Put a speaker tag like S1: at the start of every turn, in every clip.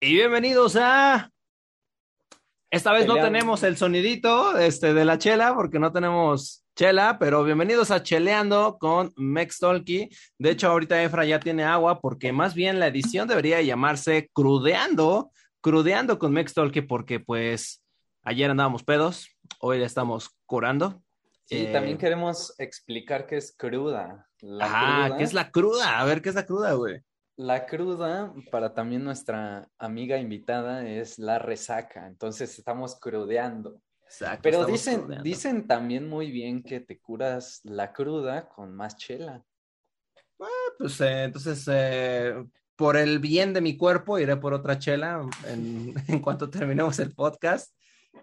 S1: Y bienvenidos a. Esta vez no
S2: Cheleando.
S1: tenemos el sonidito este, de la chela, porque no tenemos chela, pero bienvenidos a Cheleando con Mex Tolki. De hecho, ahorita Efra ya tiene agua, porque más bien la edición debería llamarse Crudeando, Crudeando con Mex Tolki, porque pues ayer andábamos pedos, hoy la estamos curando.
S2: Sí,
S1: Eh,
S2: también queremos explicar qué es cruda. La
S1: Ajá,
S2: cruda-
S1: Ah, ¿qué es la cruda? A ver, ¿qué es la cruda, güey?
S2: la cruda para también nuestra amiga invitada es la resaca. Entonces estamos crudeando.
S1: Exacto,
S2: Pero
S1: estamos
S2: dicen,
S1: crudeando.
S2: dicen también muy bien que te curas la cruda con más chela.
S1: Pues eh, entonces, eh, por el bien de mi cuerpo, iré por otra chela en, en cuanto terminemos el podcast.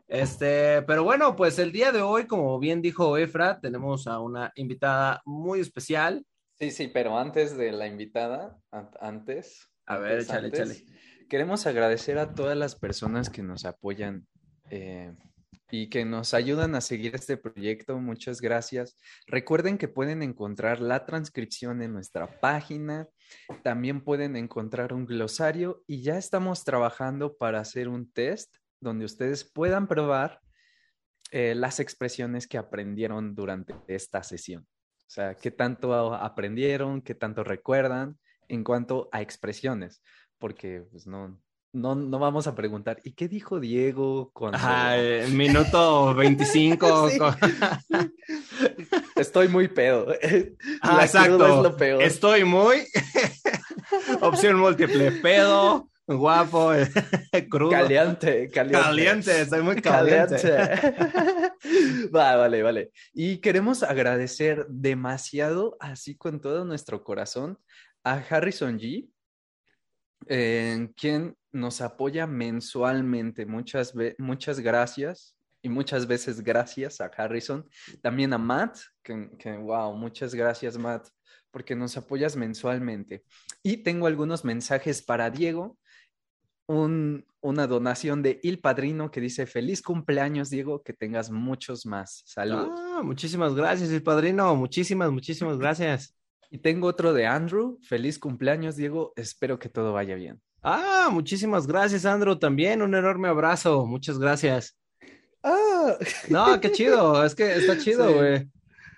S1: Este, pero bueno, pues el día de hoy, como bien dijo Efra, tenemos a una invitada muy especial.
S2: Sí, sí, pero antes de la invitada, an- antes.
S1: A ver,
S2: antes,
S1: échale,
S2: antes, Queremos agradecer a todas las personas que nos apoyan eh, y que nos ayudan a seguir este proyecto. Muchas gracias. Recuerden que pueden encontrar la transcripción en nuestra página. También pueden encontrar un glosario y ya estamos trabajando para hacer un test donde ustedes puedan probar eh, las expresiones que aprendieron durante esta sesión. O sea, qué tanto a- aprendieron, qué tanto recuerdan en cuanto a expresiones, porque pues no, no, no vamos a preguntar, ¿y qué dijo Diego cuando...
S1: Ajá, eh, minuto 25.
S2: Sí.
S1: con-
S2: Estoy muy pedo.
S1: Ah,
S2: La
S1: exacto.
S2: cruda es lo peor.
S1: Estoy muy. Opción múltiple: pedo, guapo, crudo.
S2: Caliente, caliente.
S1: Caliente, estoy muy caliente.
S2: Caliente. Va, vale, vale. Y queremos agradecer demasiado, así con todo nuestro corazón, a Harrison G, eh, quien nos apoya mensualmente. Muchas, ve- muchas gracias y muchas veces gracias a Harrison. También a Matt, que, que wow, muchas gracias Matt, porque nos apoyas mensualmente. Y tengo algunos mensajes para Diego un- una donación de Il Padrino que dice, feliz cumpleaños, Diego, que tengas muchos más. Saludos.
S1: Ah, muchísimas gracias, el padrino. Muchísimas, muchísimas gracias.
S2: Y tengo otro de Andrew, feliz cumpleaños, Diego, espero que todo vaya bien.
S1: Ah, muchísimas gracias, Andrew. También un enorme abrazo. Muchas gracias.
S2: Ah,
S1: No, qué chido. Es que está chido,
S2: Sí.
S1: güey.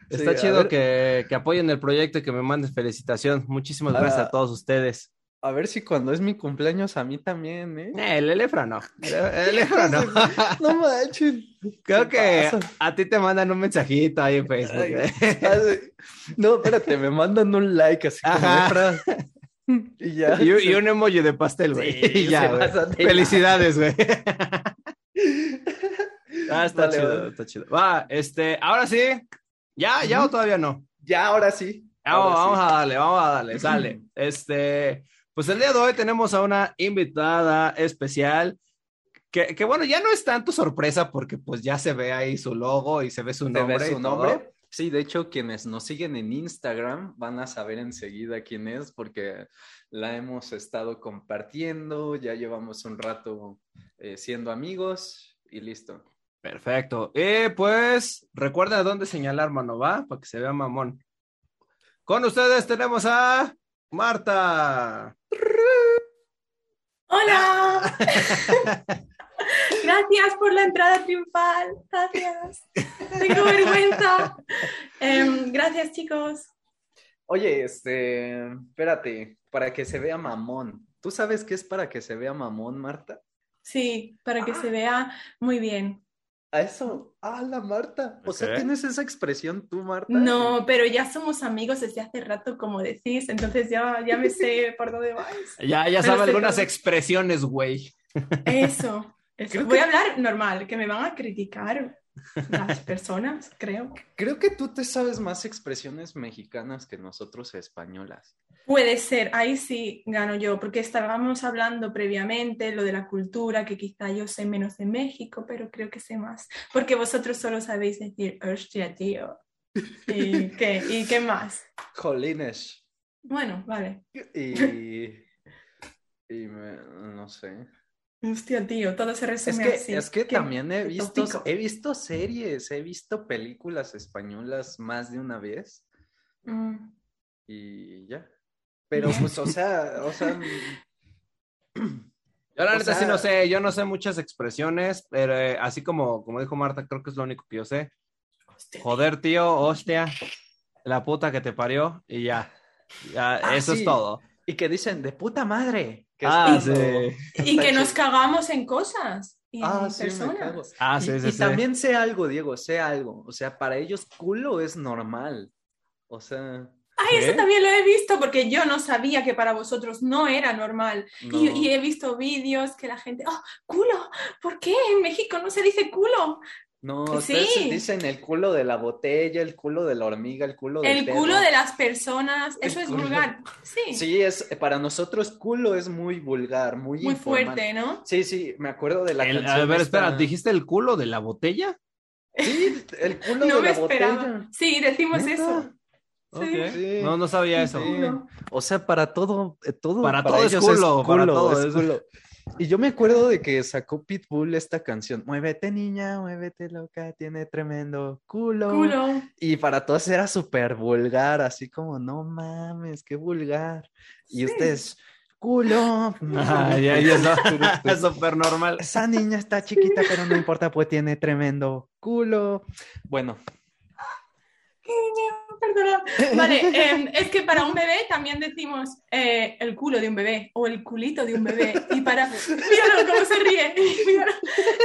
S1: Está
S2: Sí, a
S1: chido
S2: ver.
S1: que, que apoyen el proyecto y que me manden felicitación. Muchísimas
S2: Ah.
S1: gracias a todos ustedes.
S2: a ver si cuando es mi cumpleaños a mí también, ¿eh?
S1: Eh, el Elefra no. El, el Elefra no.
S2: No manches.
S1: Creo que
S2: pasa?
S1: a ti te mandan un mensajito ahí en Facebook.
S2: Ay.
S1: eh.
S2: Ah, No, espérate, me mandan un like así como
S1: Ajá.
S2: Efra. Y ya.
S1: Y, un- y un emoji de pastel, güey.
S2: Sí,
S1: Y ya,
S2: se
S1: güey.
S2: pasan de
S1: Felicidades, güey. Ah, está
S2: Vale,
S1: chido,
S2: vale.
S1: está chido. Va, este, ahora sí. ¿Ya, ya o
S2: Ujú.
S1: todavía no?
S2: Ya, ahora sí.
S1: Vamos,
S2: Ahora sí.
S1: vamos a darle, vamos a darle, sale. Este, pues el día de hoy tenemos a una invitada especial. Que, que bueno, ya no es tanto sorpresa porque pues ya se ve ahí su logo y se ve su
S2: ¿Te
S1: nombre.
S2: ves
S1: y
S2: su
S1: todo.
S2: nombre? Sí, de hecho, quienes nos siguen en Instagram van a saber enseguida quién es porque la hemos estado compartiendo, ya llevamos un rato eh, siendo amigos y listo.
S1: Perfecto. Y pues recuerda dónde señalar, mano, va, para que se vea mamón. Con ustedes tenemos a Marta.
S3: Hola, gracias por la entrada triunfal, gracias. Tengo vergüenza. Em, gracias chicos.
S2: Oye, este, espérate, para que se vea mamón. ¿Tú sabes qué es para que se vea mamón, Marta?
S3: Sí, para que se vea muy bien.
S2: A eso, a la Marta. O sea,
S1: Ok.
S2: ¿tienes esa expresión tú, Marta?
S3: No, pero ya somos amigos desde hace rato, como decís, entonces ya, ya me sé por dónde vais.
S1: Ya, ya
S3: Pero
S1: sabe
S3: estoy
S1: algunas
S3: con-
S1: expresiones, güey.
S3: Eso, eso.
S2: Creo
S3: Voy
S2: que-
S3: a hablar normal, que me van a criticar las personas, creo.
S2: Creo que tú te sabes más expresiones mexicanas que nosotros españolas.
S3: Puede ser, ahí sí gano yo, porque estábamos hablando previamente lo de la cultura, que quizá yo sé menos de México, pero creo que sé más, porque vosotros solo sabéis decir, hostia, tío. ¿Y qué, ¿Y qué más?
S2: Jolines.
S3: Bueno, vale.
S2: Y. y me- no sé.
S3: Hostia, tío, todo se
S2: Es
S3: resume
S2: que,
S3: así.
S2: es que
S3: Qué-
S2: también he
S3: qué
S2: visto,
S3: tópico.
S2: he visto series, he visto películas españolas más de una vez
S3: Mm.
S2: y ya. Pero pues, o sea, o sea,
S1: Yo la
S2: O
S1: neta sí
S2: sea-
S1: no sé, yo no sé muchas expresiones, pero eh, así como, como dijo Marta, creo que es lo único que yo sé.
S3: Hostia.
S1: Joder, tío, hostia, la puta que te parió y ya. Ya,
S2: Ah,
S1: eso es
S2: sí.
S1: todo.
S2: Y que dicen, de puta madre. que es
S1: Ah,
S2: cuando-
S1: sí.
S3: Y que nos cagamos en cosas y en
S2: Ah, sí, me cago.
S3: personas.
S1: Ah,
S2: Y-
S1: sí,
S2: y,
S1: sí, sí.
S2: también sé algo, Diego, sé algo. O sea, para ellos culo es normal. O sea,
S3: Ay,
S1: ¿Eh?
S3: Ah, eso también lo he visto porque yo no sabía que para vosotros no era normal.
S2: no.
S3: Y, y he visto vídeos que la gente, oh, culo, ¿por qué en México no se dice culo?
S2: No, ustedes
S3: e, Sí.
S2: dicen el culo de la botella, el culo de la hormiga, el culo del
S3: El
S2: perro.
S3: culo de las personas,
S2: El
S3: eso es
S2: culo.
S3: vulgar. Sí,
S2: Sí, es, para nosotros culo es muy vulgar, muy
S3: muy
S2: informal.
S3: fuerte, ¿no?
S2: Sí, sí, me acuerdo de la
S1: El- a
S2: canción
S1: ver,
S2: esta-
S1: espera, ¿dijiste el culo de la botella?
S2: Sí, el culo
S3: No
S2: de
S3: me
S2: la
S3: esperaba.
S2: botella.
S3: Sí, decimos
S2: ¿Neta?
S3: eso. Sí.
S1: Ok.
S2: Sí.
S1: No, no sabía eso.
S2: Sí.
S3: Culo.
S2: O sea, para todo, eh, todo
S1: Para todo es
S2: ellos
S1: culo, para todo es-
S2: culo. Y yo me acuerdo de que sacó Pitbull esta canción, muévete niña, muévete loca, tiene tremendo culo.
S3: Culo.
S2: Y para todos era súper vulgar, así como, no mames, qué vulgar. Y
S3: Sí.
S2: ustedes, culo.
S1: Ah, ya, ya está. es súper normal.
S2: Esa niña está chiquita, pero no importa, pues tiene tremendo culo. Bueno,
S3: Perdona. Vale, eh, es que para un bebé también decimos eh, el culo de un bebé o el culito de un bebé. Y para. Míralo cómo se ríe. Míralo.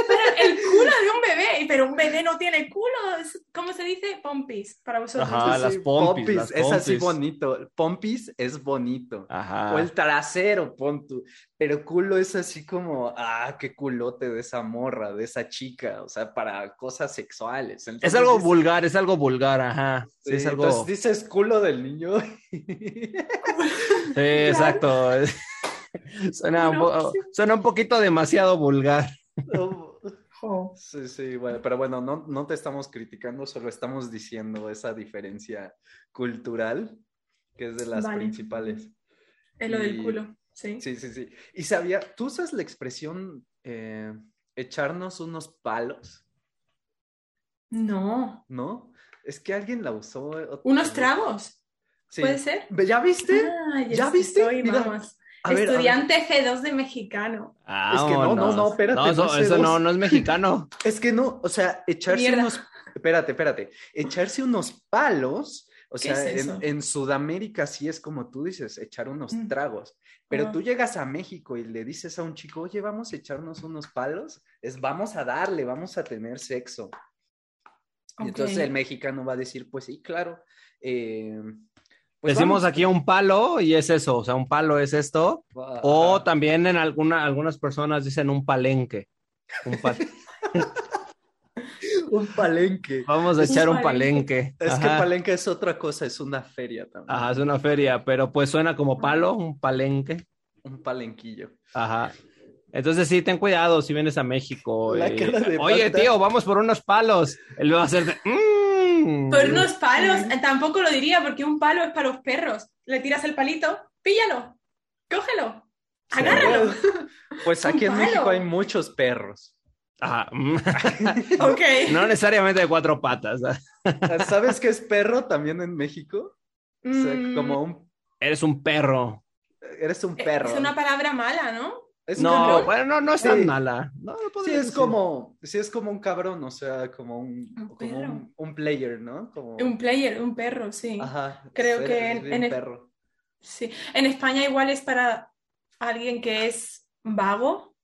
S3: Pero el culo de un bebé. Pero un bebé no tiene culo. es- ¿Cómo se dice? Pompis para vosotros.
S1: Ajá, las pompis, las
S2: es así
S1: pompis. Ah.
S2: bonito. Pompis es bonito.
S1: Ajá.
S2: O el trasero, pon tú. Pero culo es así como, ah, qué culote de esa morra, de esa chica, o sea, para cosas sexuales.
S1: Es
S2: Entonces
S1: algo
S2: dices-
S1: vulgar, es algo vulgar, ajá. Sí,
S2: sí,
S1: es algo.
S2: Entonces dices culo del niño.
S1: Sí, exacto. suena, un
S3: No,
S1: po-
S3: sí.
S1: suena un poquito demasiado vulgar.
S2: No.
S3: Jo.
S2: sí, sí, bueno, pero bueno, no, no te estamos criticando, solo estamos diciendo esa diferencia cultural que es de las
S3: Vale.
S2: principales.
S3: Es lo del
S2: Y-
S3: culo. Sí.
S2: Sí, sí, sí. Y sabía, ¿tú usas la expresión eh, echarnos unos palos?
S3: No.
S2: ¿No? Es que alguien la usó. eh, ot-
S3: Unos tragos.
S2: Sí.
S3: ¿Puede ser?
S2: ¿Ve- ¿Ya viste?
S3: Ah, yo
S2: ¿Ya
S3: sí
S2: viste?
S3: soy,
S2: Mira.
S3: vamos,
S2: A ver, a ver.
S3: Estudiante C2 de mexicano.
S2: Es que no, no, no, espérate,
S1: No, eso,
S2: no sé
S1: eso
S2: dos.
S1: no, no es mexicano.
S2: Es que no, o sea, echarse
S3: Mierda.
S2: unos. Espérate, espérate. Echarse unos palos. O
S3: ¿Qué
S2: sea,
S3: es
S2: en-
S3: eso?
S2: en, Sudamérica sí es como tú dices, echar unos
S3: Mm.
S2: tragos. Pero
S3: Ah.
S2: tú llegas a México y le dices a un chico, oye, vamos a echarnos unos palos. Es vamos a darle, vamos a tener sexo. Y entonces
S3: Ok.
S2: el mexicano va a decir, pues sí, claro. eh, pues
S1: Decimos
S2: vamos".
S1: aquí un palo y es eso, o sea, un palo es esto.
S2: Va-
S1: O
S2: ajá.
S1: también en alguna, algunas personas dicen un palenque. Un pa-
S2: un palenque.
S1: Vamos a
S3: Un
S1: echar un palenque.
S3: palenque.
S2: Es que
S1: Ajá.
S2: palenque es otra cosa, es una feria también.
S1: Ajá, es una feria, pero pues suena como palo, un palenque.
S2: Un palenquillo.
S1: Ajá. Entonces sí, ten cuidado si vienes a México.
S2: La
S1: eh,
S2: cara de
S1: Oye,
S2: Marta.
S1: tío, vamos por unos palos. Él va a hacer de... "Mm".
S3: Por unos palos, eh, tampoco lo diría, porque un palo es para los perros. Le tiras el palito, píllalo, cógelo, agárralo.
S2: Pues
S3: Un
S2: aquí en
S3: palo.
S2: México hay muchos perros.
S1: Ajá. mm.
S3: Ok.
S1: No necesariamente de cuatro patas. ¿ah?
S2: ¿Sabes qué es perro también en México? O sea,
S3: Mm,
S2: como un...
S1: Eres un perro.
S2: Eres un
S3: eh,
S2: perro.
S3: Es una palabra mala, ¿no?
S2: Es
S1: no,
S2: cabrón.
S1: bueno, no, no es tan
S2: Sí.
S1: mala. No, no
S2: Sí,
S1: podría
S2: es
S1: decir.
S2: como, sí, es como un cabrón, o sea, como un,
S3: Un
S2: como
S3: perro.
S2: un, un player, ¿no? Como,
S3: Un player, un perro, sí.
S2: Ajá,
S3: Creo que
S2: eres
S3: en-
S2: un
S3: en el-
S2: perro.
S3: sí. En España igual es para alguien que es vago,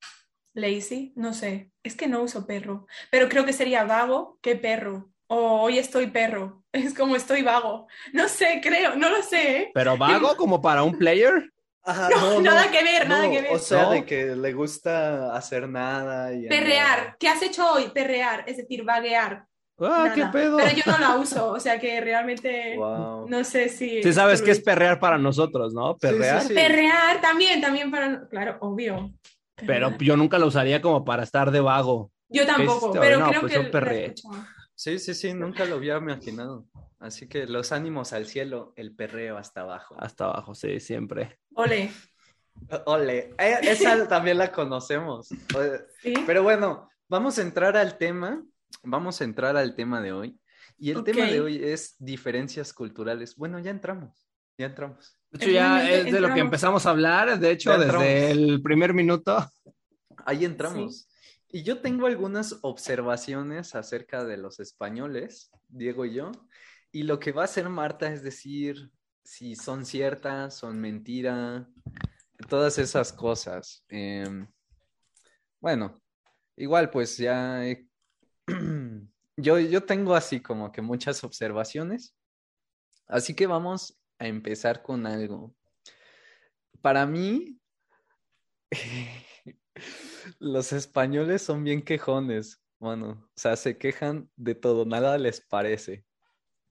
S3: lazy, no sé. Es que no uso perro, pero creo que sería vago que perro. O hoy estoy perro, es como estoy vago. No sé, creo, no lo sé. ¿eh?
S1: Pero vago como para un player.
S2: Ajá,
S3: No, nada que ver, nada
S2: Ah, no,
S3: que ver.
S2: O sea,
S1: No.
S2: de que le gusta hacer nada y andar-
S3: Perrear. ¿Qué has hecho hoy? Perrear, es decir, vaguear.
S1: Ah,
S3: Nada.
S1: qué pedo.
S3: Pero yo no la uso, o sea que realmente
S2: Wow.
S3: no sé si.
S1: Sí sabes
S3: si
S1: qué
S3: lo
S1: es perrear para nosotros, ¿no?
S2: Sí, sí,
S1: Perrear.
S2: sí.
S3: Perrear también, también para. Claro, obvio.
S1: Pero
S3: Perrear.
S1: yo nunca lo usaría como para estar de vago.
S3: Yo tampoco,
S1: hiciste hoy?
S3: pero
S1: No,
S3: creo
S1: pues
S3: que.
S1: yo
S3: la
S1: perreé.
S3: escucho.
S2: Sí, sí, sí, nunca lo había imaginado. Así que los ánimos al cielo, el perreo hasta abajo.
S1: Hasta abajo, sí, siempre.
S3: Ole.
S2: Ole, eh, esa también la conocemos. Eh,
S3: ¿Sí?
S2: Pero bueno, vamos a entrar al tema, vamos a entrar al tema de hoy. Y el tema
S3: Ok.
S2: de hoy es diferencias culturales. Bueno, ya entramos, ya entramos.
S1: De hecho, ya
S3: Efectivamente,
S1: es de lo que
S3: entramos.
S1: empezamos a hablar. De hecho,
S2: Ya entramos.
S1: desde el primer minuto.
S2: ahí entramos. Y yo tengo algunas observaciones acerca de los españoles, Diego y yo, y lo que va a hacer Marta es decir si son ciertas, son mentira, todas esas cosas. Eh, bueno, igual pues ya... he- yo, yo tengo así como que muchas observaciones, así que vamos a empezar con algo. Para mí, los españoles son bien quejones, mano. O sea, se quejan de todo, nada les parece.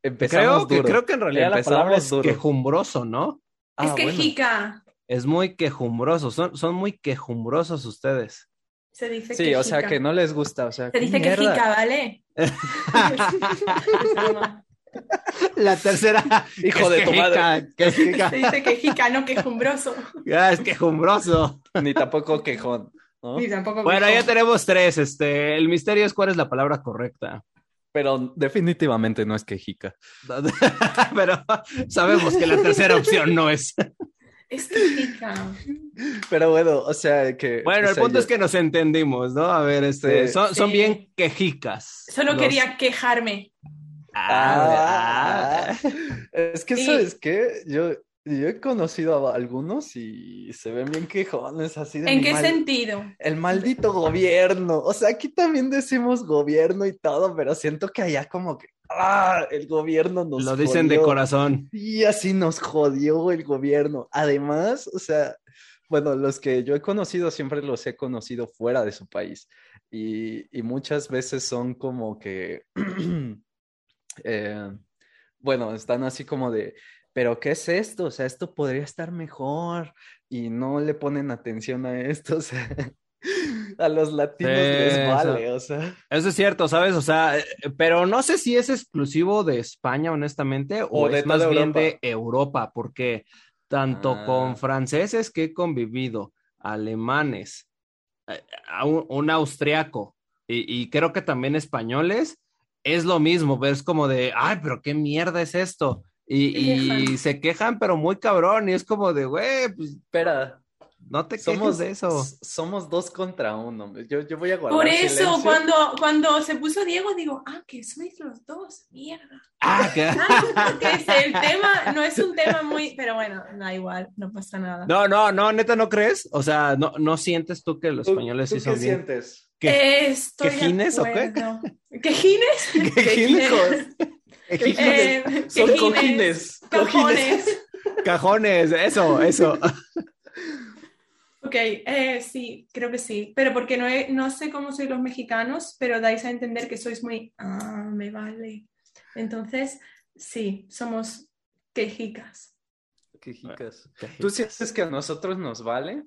S2: Empezamos
S1: Creo que,
S2: duro.
S1: creo que en realidad la
S2: Empezamos
S1: palabra es
S2: duro.
S1: quejumbroso, ¿no?
S2: Ah,
S3: es que
S2: bueno.
S3: jica,
S1: Es muy quejumbroso. Son, son muy quejumbrosos ustedes.
S3: se dice
S2: Sí,
S3: que
S2: o sea,
S3: jica.
S2: que no les gusta, o sea,
S3: Se
S2: ¿qué
S3: dice que
S2: mierda?
S3: jica, ¿vale?
S1: La tercera.
S2: Hijo de tu madre.
S1: Que es quejica.
S3: Se dice que jica, no quejumbroso.
S1: Ah, es quejumbroso.
S2: Ni tampoco quejón, ¿no?
S3: Ni tampoco
S1: Bueno, ya
S3: quejón.
S1: tenemos tres. Este, el misterio es cuál es la palabra correcta.
S2: Pero definitivamente no es quejica.
S1: Pero sabemos que la tercera opción no es.
S3: Es que jica.
S2: Pero bueno, o sea, que...
S1: Bueno,
S2: o
S1: el
S2: sea,
S1: punto
S2: yo-
S1: es que nos entendimos, ¿no? A ver, este,
S2: Sí.
S1: son, son
S3: Sí.
S1: bien quejicas.
S3: Solo
S1: Los-
S3: quería quejarme.
S1: Ah,
S2: Ah, es que,
S3: Ah, Sí.
S2: ¿sabes qué? Yo, yo he conocido a algunos y se ven bien quejones así de...
S3: ¿En
S2: mi
S3: qué
S2: mal-
S3: sentido?
S2: El maldito gobierno. O sea, aquí también decimos gobierno y todo, pero siento que allá como que... Ah, el gobierno nos
S1: lo dicen de
S2: jodió.
S1: corazón.
S2: Y así nos jodió el gobierno. Además, o sea, bueno, los que yo he conocido siempre los he conocido fuera de su país. Y, y muchas veces son como que, eh, bueno, están así como de, pero ¿qué es esto? O sea, esto podría estar mejor. Y no le ponen atención a esto. O sea, a los latinos
S1: Sí,
S2: les
S1: eso.
S2: vale, o sea.
S1: Eso es cierto, ¿sabes? O sea, eh, pero no sé si es exclusivo de España, honestamente, o,
S2: O de
S1: es más
S2: toda
S1: bien
S2: Europa.
S1: de Europa, porque tanto
S2: Ah.
S1: con franceses que he convivido, alemanes, eh, a un, un austriaco y, y creo que también españoles, es lo mismo, pero es como de, ay, pero qué mierda es esto. Y, y
S3: Quejan.
S1: se quejan, pero muy cabrón, y es como de, güey, pues
S2: Espera,
S1: no te quejes
S2: somos,
S1: de eso.
S2: s- somos dos contra uno. Yo, yo voy a guardar
S3: Por eso,
S2: silencio.
S3: cuando, cuando se puso Diego, digo, ah, que sois los dos, mierda.
S1: Ah, que-
S3: Ah, porque es el tema no es un tema muy, pero bueno, da igual, no pasa nada.
S1: No, no, no, neta, ¿no crees? O sea, ¿no, no sientes tú que los
S2: ¿Tú-
S1: españoles
S2: tú
S1: sí son
S2: qué
S1: bien?
S2: sientes?
S1: ¿Qué-
S3: Eh, Estoy
S1: ¿Quejines
S3: de
S1: o qué?
S3: acuerdo. ¿Quejines?
S1: ¿Quejines?
S3: ¿Quejines?
S1: Quejines,
S3: Eh,
S2: Son
S3: quejines,
S2: cojines. Cojines.
S3: cojones.
S1: Cajones, eso, eso.
S3: Ok, eh, sí, creo que sí. Pero porque no, he- no sé cómo sois los mexicanos, pero dais a entender que sois muy, ah, me vale. Entonces, sí, somos quejicas.
S2: Quejicas. ¿Tú sientes que a nosotros nos vale?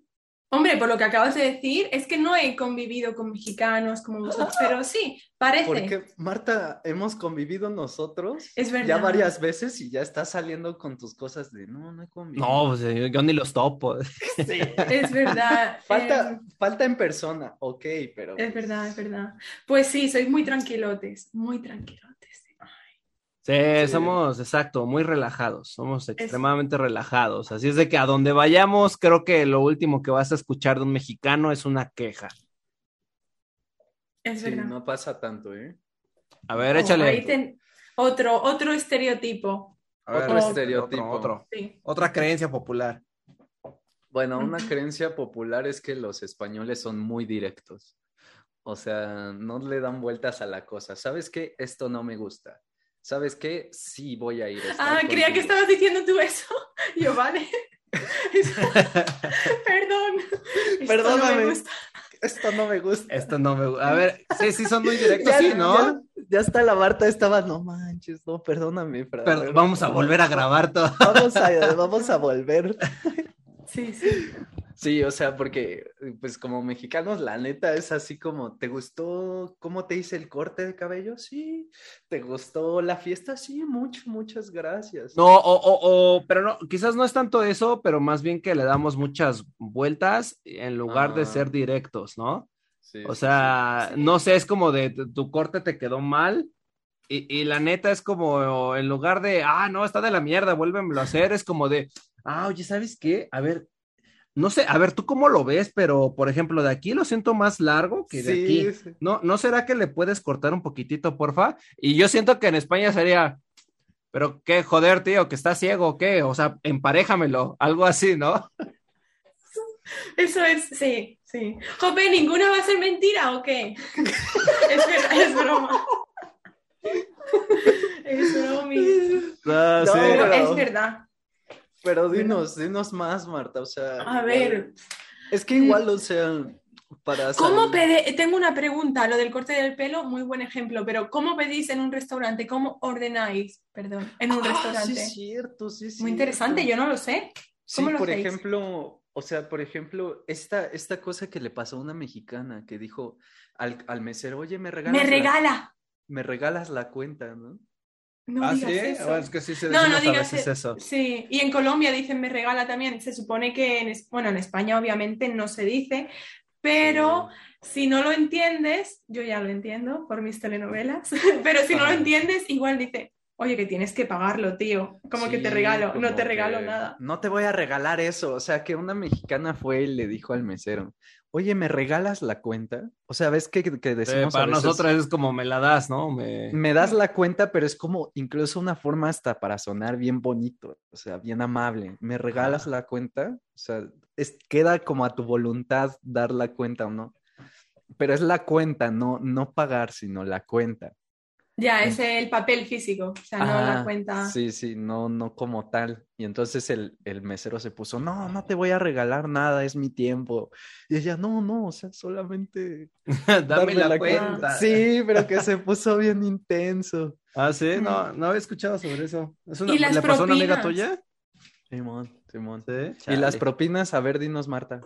S3: Hombre, por lo que acabas de decir, es que no he convivido con mexicanos como vosotros, pero sí, parece.
S2: Porque, Marta, hemos convivido nosotros
S3: Es verdad.
S2: ya varias veces y ya estás saliendo con tus cosas de no, no he convivido.
S1: No, pues yo, yo ni los topo.
S2: Sí.
S3: Es verdad.
S2: falta,
S3: eh,
S2: falta en persona, ok, pero.
S3: es verdad, es verdad. Pues sí, sois muy tranquilotes, muy tranquilotes.
S1: Sí,
S2: Sí.
S1: somos, exacto, muy relajados, somos extremadamente relajados. Así es de que a donde vayamos, creo que lo último que vas a escuchar de un mexicano es una queja.
S2: pues,
S3: Es
S2: Sí,
S3: verdad.
S2: no pasa tanto, ¿eh?
S1: A ver,
S3: Oh,
S1: échale.
S3: ahí ten- Otro, otro estereotipo.
S1: A ver,
S2: Otro
S1: otro,
S2: estereotipo.
S1: otro, otro.
S3: Sí.
S1: Otra creencia popular.
S2: Bueno, una
S3: Ujú.
S2: creencia popular es que los españoles son muy directos. O sea, no le dan vueltas a la cosa. ¿Sabes qué? Esto no me gusta. ¿Sabes qué? Sí voy a ir. a estar
S3: Ah, creía que
S2: contigo.
S3: estabas diciendo tú eso. Yo, vale. Perdón. Esto no
S2: Perdóname.
S3: me gusta.
S2: Esto no me gusta.
S1: Esto no me gusta. A ver, sí, sí, son muy directos, sí, ¿no?
S2: Ya, ya hasta la Marta estaba, no manches, no, perdóname. Fran,
S1: Pero vamos a volver a grabar todo.
S2: Vamos a, vamos a volver.
S3: Sí, sí.
S2: Sí, o sea, porque pues como mexicanos, la neta es así como, ¿te gustó cómo te hice el corte de cabello? Sí. ¿Te gustó la fiesta? Sí, mucho, muchas gracias.
S1: No, o, o, o, pero no, quizás no es tanto eso, pero más bien que le damos muchas vueltas en lugar de
S2: Ah.
S1: ser directos, ¿no?
S2: Sí,
S1: O
S2: sí,
S1: sea,
S3: sí.
S1: no sé, es como de tu tu corte te quedó mal y, y la neta es como en lugar de, ah, no, está de la mierda, vuélvemelo a hacer, es como de, ah, oye, ¿sabes qué? A ver, No sé, a ver, ¿tú cómo lo ves? Pero, por ejemplo, de aquí lo siento más largo que de aquí.
S2: sí.
S1: ¿No, ¿No será que le puedes cortar un poquitito, porfa? Y yo siento que en España sería, pero qué joder, tío, que está ciego, o ¿qué? O sea, emparejamelo, algo así, ¿no?
S3: Eso es, sí, sí. Jope, ¿ninguna va a ser mentira o qué? es, verdad, es broma. es bromi.
S1: No,
S2: sí.
S3: Pero
S2: Pero-
S3: es verdad.
S2: Pero dinos, dinos más, Marta, o sea.
S3: A
S2: igual-
S3: ver,
S2: Es que igual, o sea, para.
S3: ¿cómo
S2: salir-
S3: pede- Tengo una pregunta, lo del corte del pelo, muy buen ejemplo, pero ¿cómo pedís en un restaurante? ¿Cómo ordenáis, perdón, en un
S2: Ah,
S3: restaurante?
S2: Sí, es cierto, sí, es
S3: Muy interesante,
S2: cierto.
S3: yo no lo sé.
S2: Sí,
S3: ¿cómo lo
S2: por
S3: hacéis?
S2: ejemplo, o sea, por ejemplo, esta, esta cosa que le pasó a una mexicana que dijo al, al mesero, oye, me regalas.
S3: Me
S2: la-
S3: regala.
S2: me regalas la cuenta, ¿no?
S3: No
S1: ¿Ah,
S3: digas
S1: sí?
S3: eso.
S1: Bueno, es que sí se
S3: No,
S1: decimos
S3: no
S1: a
S3: digas
S1: veces
S3: e-
S1: eso.
S3: Sí, y en Colombia dicen me regala también. Se supone que, en, es- bueno, en España obviamente no se dice, pero si no lo entiendes, yo ya lo entiendo por mis telenovelas, pero si no lo
S2: Ajá.
S3: entiendes, igual dice, oye, que tienes que pagarlo, tío, como que te
S2: Sí,
S3: regalo, no
S2: como
S3: te regalo
S2: que
S3: nada.
S2: No te voy a regalar eso. O sea, que una mexicana fue y le dijo al mesero, oye, ¿me regalas la cuenta? O sea, ¿ves que, que
S1: Sí,
S2: decimos
S1: Eh,
S2: a
S1: para Mm,
S2: veces,
S1: nosotras es como me la das, ¿no? Me...
S2: Me das la cuenta, pero es como incluso una forma hasta para sonar bien bonito, o sea, bien amable. ¿Me regalas
S1: Ajá.
S2: la cuenta? O sea, es, queda como a tu voluntad dar la cuenta o no. Pero es la cuenta, no, no pagar, sino la cuenta.
S3: Ya, es el papel físico, o sea, Ah, no la
S2: Mm. Ajá,
S3: cuenta.
S2: Sí, sí, no, no como tal. Y entonces el, el mesero se puso, no, no te voy a regalar nada, es mi tiempo. Y ella, no, no, o sea, solamente
S1: Dame
S2: darme
S1: la,
S2: cuenta".
S1: cuenta.
S2: Sí, pero que se puso bien intenso.
S1: Ah, sí, no, no había escuchado sobre eso. ¿Es una-
S3: Mm. ¿Y las
S1: ¿Le pasó a una amiga
S3: propinas?
S1: tuya?
S2: Simón, Simón.
S1: Sí.
S2: Y las
S1: Chale.
S2: propinas, a ver, dinos, Marta.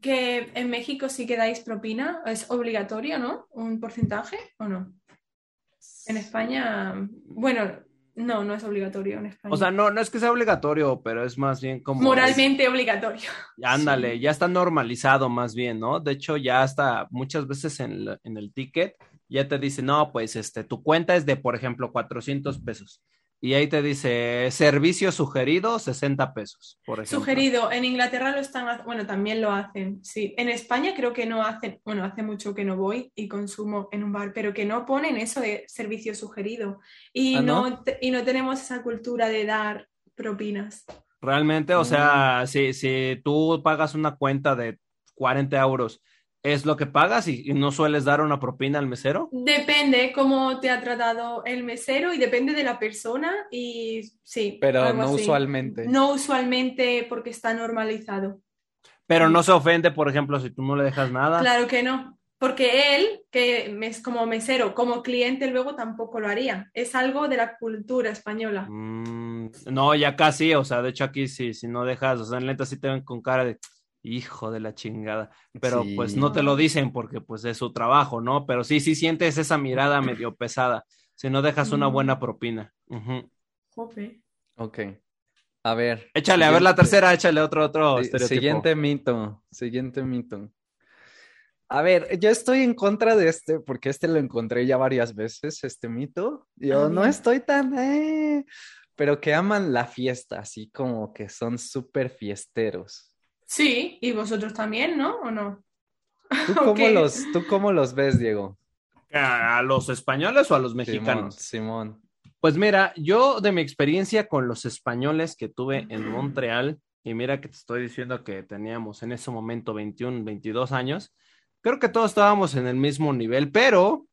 S3: Que en México sí que dais propina, es obligatorio, ¿no? ¿Un porcentaje o no? En España, bueno, no, no es obligatorio en España.
S1: O sea, no, no es que sea obligatorio, pero es más bien como.
S3: Moralmente obligatorio.
S1: Ándale,
S2: Sí.
S1: ya está normalizado más bien, ¿no? De hecho, ya hasta muchas veces en, la- en el ticket ya te dice, no, pues este, tu cuenta es de, por ejemplo, 400 pesos. Y ahí te dice, servicio sugerido, 60 pesos, por ejemplo.
S3: Sugerido, en Inglaterra lo están, ha- bueno, también lo hacen, sí. En España creo que no hacen, bueno, hace mucho que no voy y consumo en un bar, pero que no ponen eso de servicio sugerido. Y,
S2: Ah,
S3: no?
S2: ¿no?
S3: te- y no tenemos esa cultura de dar propinas.
S1: Realmente, o
S2: Mm.
S1: sea, si, si tú pagas una cuenta de 40 euros, ¿es lo que pagas y, y no sueles dar una propina al mesero?
S3: Depende cómo te ha tratado el mesero y depende de la persona y sí.
S2: Pero
S3: algo
S2: no
S3: así.
S2: usualmente.
S3: No usualmente porque está normalizado.
S2: Mm.
S1: Pero no se ofende, por ejemplo, si tú no le dejas nada.
S3: Claro que no, porque él, que es como mesero, como cliente luego tampoco lo haría. Es algo de la cultura española.
S1: Mm, no, ya casi, o sea, de hecho aquí sí, si no dejas, o sea, en lenta sí te ven con cara de hijo de la chingada, pero
S2: Sí.
S1: pues no te lo dicen porque pues es su trabajo, ¿no? Pero sí, sí sientes esa mirada medio pesada, si no dejas una
S3: Mm.
S1: buena propina. Ujú.
S2: Ok. A ver.
S1: Échale, a ver la
S2: siguiente.
S1: tercera, échale otro, otro
S2: Sí,
S1: estereotipo.
S2: Siguiente mito, siguiente mito. A ver, yo estoy en contra de este, porque este lo encontré ya varias veces, este mito. Yo
S3: Ah,
S2: no
S3: mira.
S2: estoy tan... eh, pero que aman la fiesta, así como que son súper fiesteros.
S3: Sí, y vosotros también, ¿no? ¿O no?
S2: ¿Tú cómo,
S3: Ok.
S2: los, ¿tú cómo los ves, Diego?
S1: ¿A los españoles o a los mexicanos?
S2: Simón,
S1: Pues mira, yo de mi experiencia con los españoles que tuve en Montreal, y mira que te estoy diciendo que teníamos en ese momento 21, 22 años, creo que todos estábamos en el mismo nivel, pero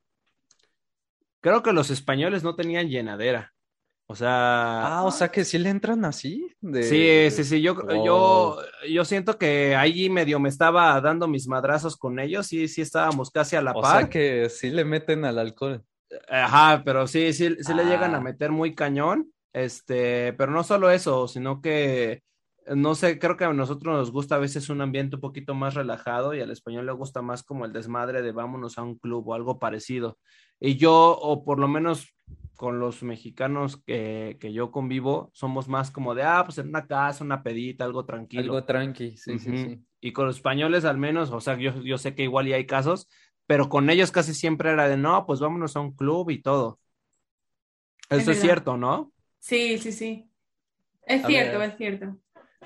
S1: creo que los españoles no tenían llenadera. O sea,
S2: Ah, o sea que sí le entran así. de-
S1: sí, sí, sí, yo, yo,
S2: Wow.
S1: yo siento que ahí medio me estaba dando mis madrazos con ellos, y sí estábamos casi a la
S2: O
S1: par.
S2: sea que sí le meten al alcohol.
S1: Ajá, pero sí, sí, sí le llegan a
S2: Ah.
S1: meter muy cañón. Este, pero no solo eso, sino que no sé, creo que a nosotros nos gusta a veces un ambiente un poquito más relajado y al español le gusta más como el desmadre de vámonos a un club o algo parecido. Y yo, o por lo menos con los mexicanos que, que yo convivo, somos más como de, ah, pues en una casa, una pedita, algo tranquilo.
S2: Algo tranqui, sí, sí,
S1: Ujú.
S2: sí.
S1: Y con los españoles al menos, o sea, yo, yo sé que igual y hay casos, pero con ellos casi siempre era de, no, pues vámonos a un club y todo.
S3: Es
S1: Eso es
S3: verdad.
S1: cierto, ¿no?
S3: Sí, sí, sí. Es
S2: A
S3: cierto,
S2: ver.
S3: es cierto.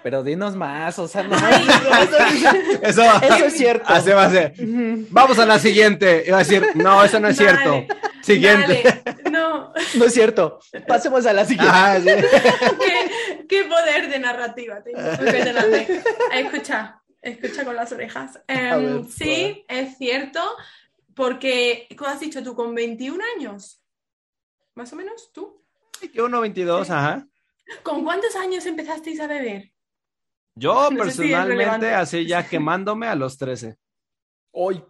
S2: Pero dinos más, o sea, no.
S3: Ay,
S1: Eso,
S4: Eso es cierto.
S1: así va a ser.
S4: Ujú.
S1: Vamos a la siguiente. Iba a decir, no, eso no es
S3: Vale,
S1: cierto. Siguiente.
S3: vale, No,
S4: No es cierto. Pasemos a la siguiente.
S1: Ajá, sí.
S3: qué, qué poder de narrativa tengo. Ok, te la doy. Escucha, escucha con las orejas. Em,
S4: ver,
S3: sí, es cierto, porque, ¿cómo has dicho tú? ¿Con 21 años? ¿Más o menos tú?
S1: Yo 1.22, ajá.
S3: ¿Con cuántos años empezasteis a beber?
S1: Yo
S3: No sé si es
S1: personalmente,
S3: relevante.
S1: así ya quemándome a los 13.
S4: Hoy.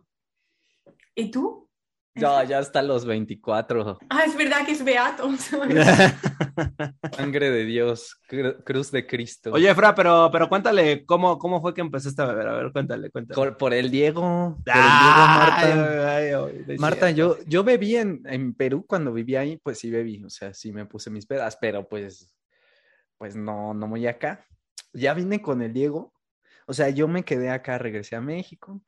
S3: ¿Y tú?
S2: No, Ah, ya hasta los 24.
S3: Ah, es verdad que es beato.
S2: Sangre de Dios, cru- cruz de Cristo.
S1: Oye, Fra, pero, pero cuéntale cómo, cómo fue que empezaste a beber. A ver, cuéntale, cuéntale.
S2: Cor- por el Diego, por el
S1: Ay,
S2: Diego Marta.
S1: ay, ay, ay,
S2: Marta, yo, yo bebí en, en Perú cuando vivía ahí, pues sí bebí, o sea, sí me puse mis pedas, pero pues, pues no, no voy acá. Ya vine con el Diego, o sea, yo me quedé acá, regresé a México,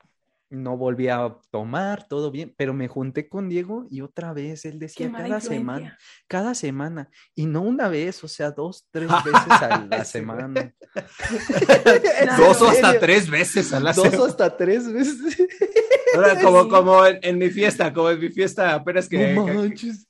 S2: no volví a tomar, todo bien, pero me junté con Diego y otra vez, él
S3: Qué
S2: decía
S3: mala
S2: cada semana,
S3: influencia.
S2: cada semana, y no una vez, o sea, dos, tres veces a la
S1: Sí, güey.
S2: semana.
S1: Dos o
S4: ¿En
S1: hasta
S4: serio?
S1: tres veces a la
S4: Dos
S1: semana.
S4: hasta tres veces.
S1: Ahora, como,
S3: Sí.
S1: como en, en mi fiesta, como en mi fiesta, apenas que.
S2: No
S1: que-
S2: manches.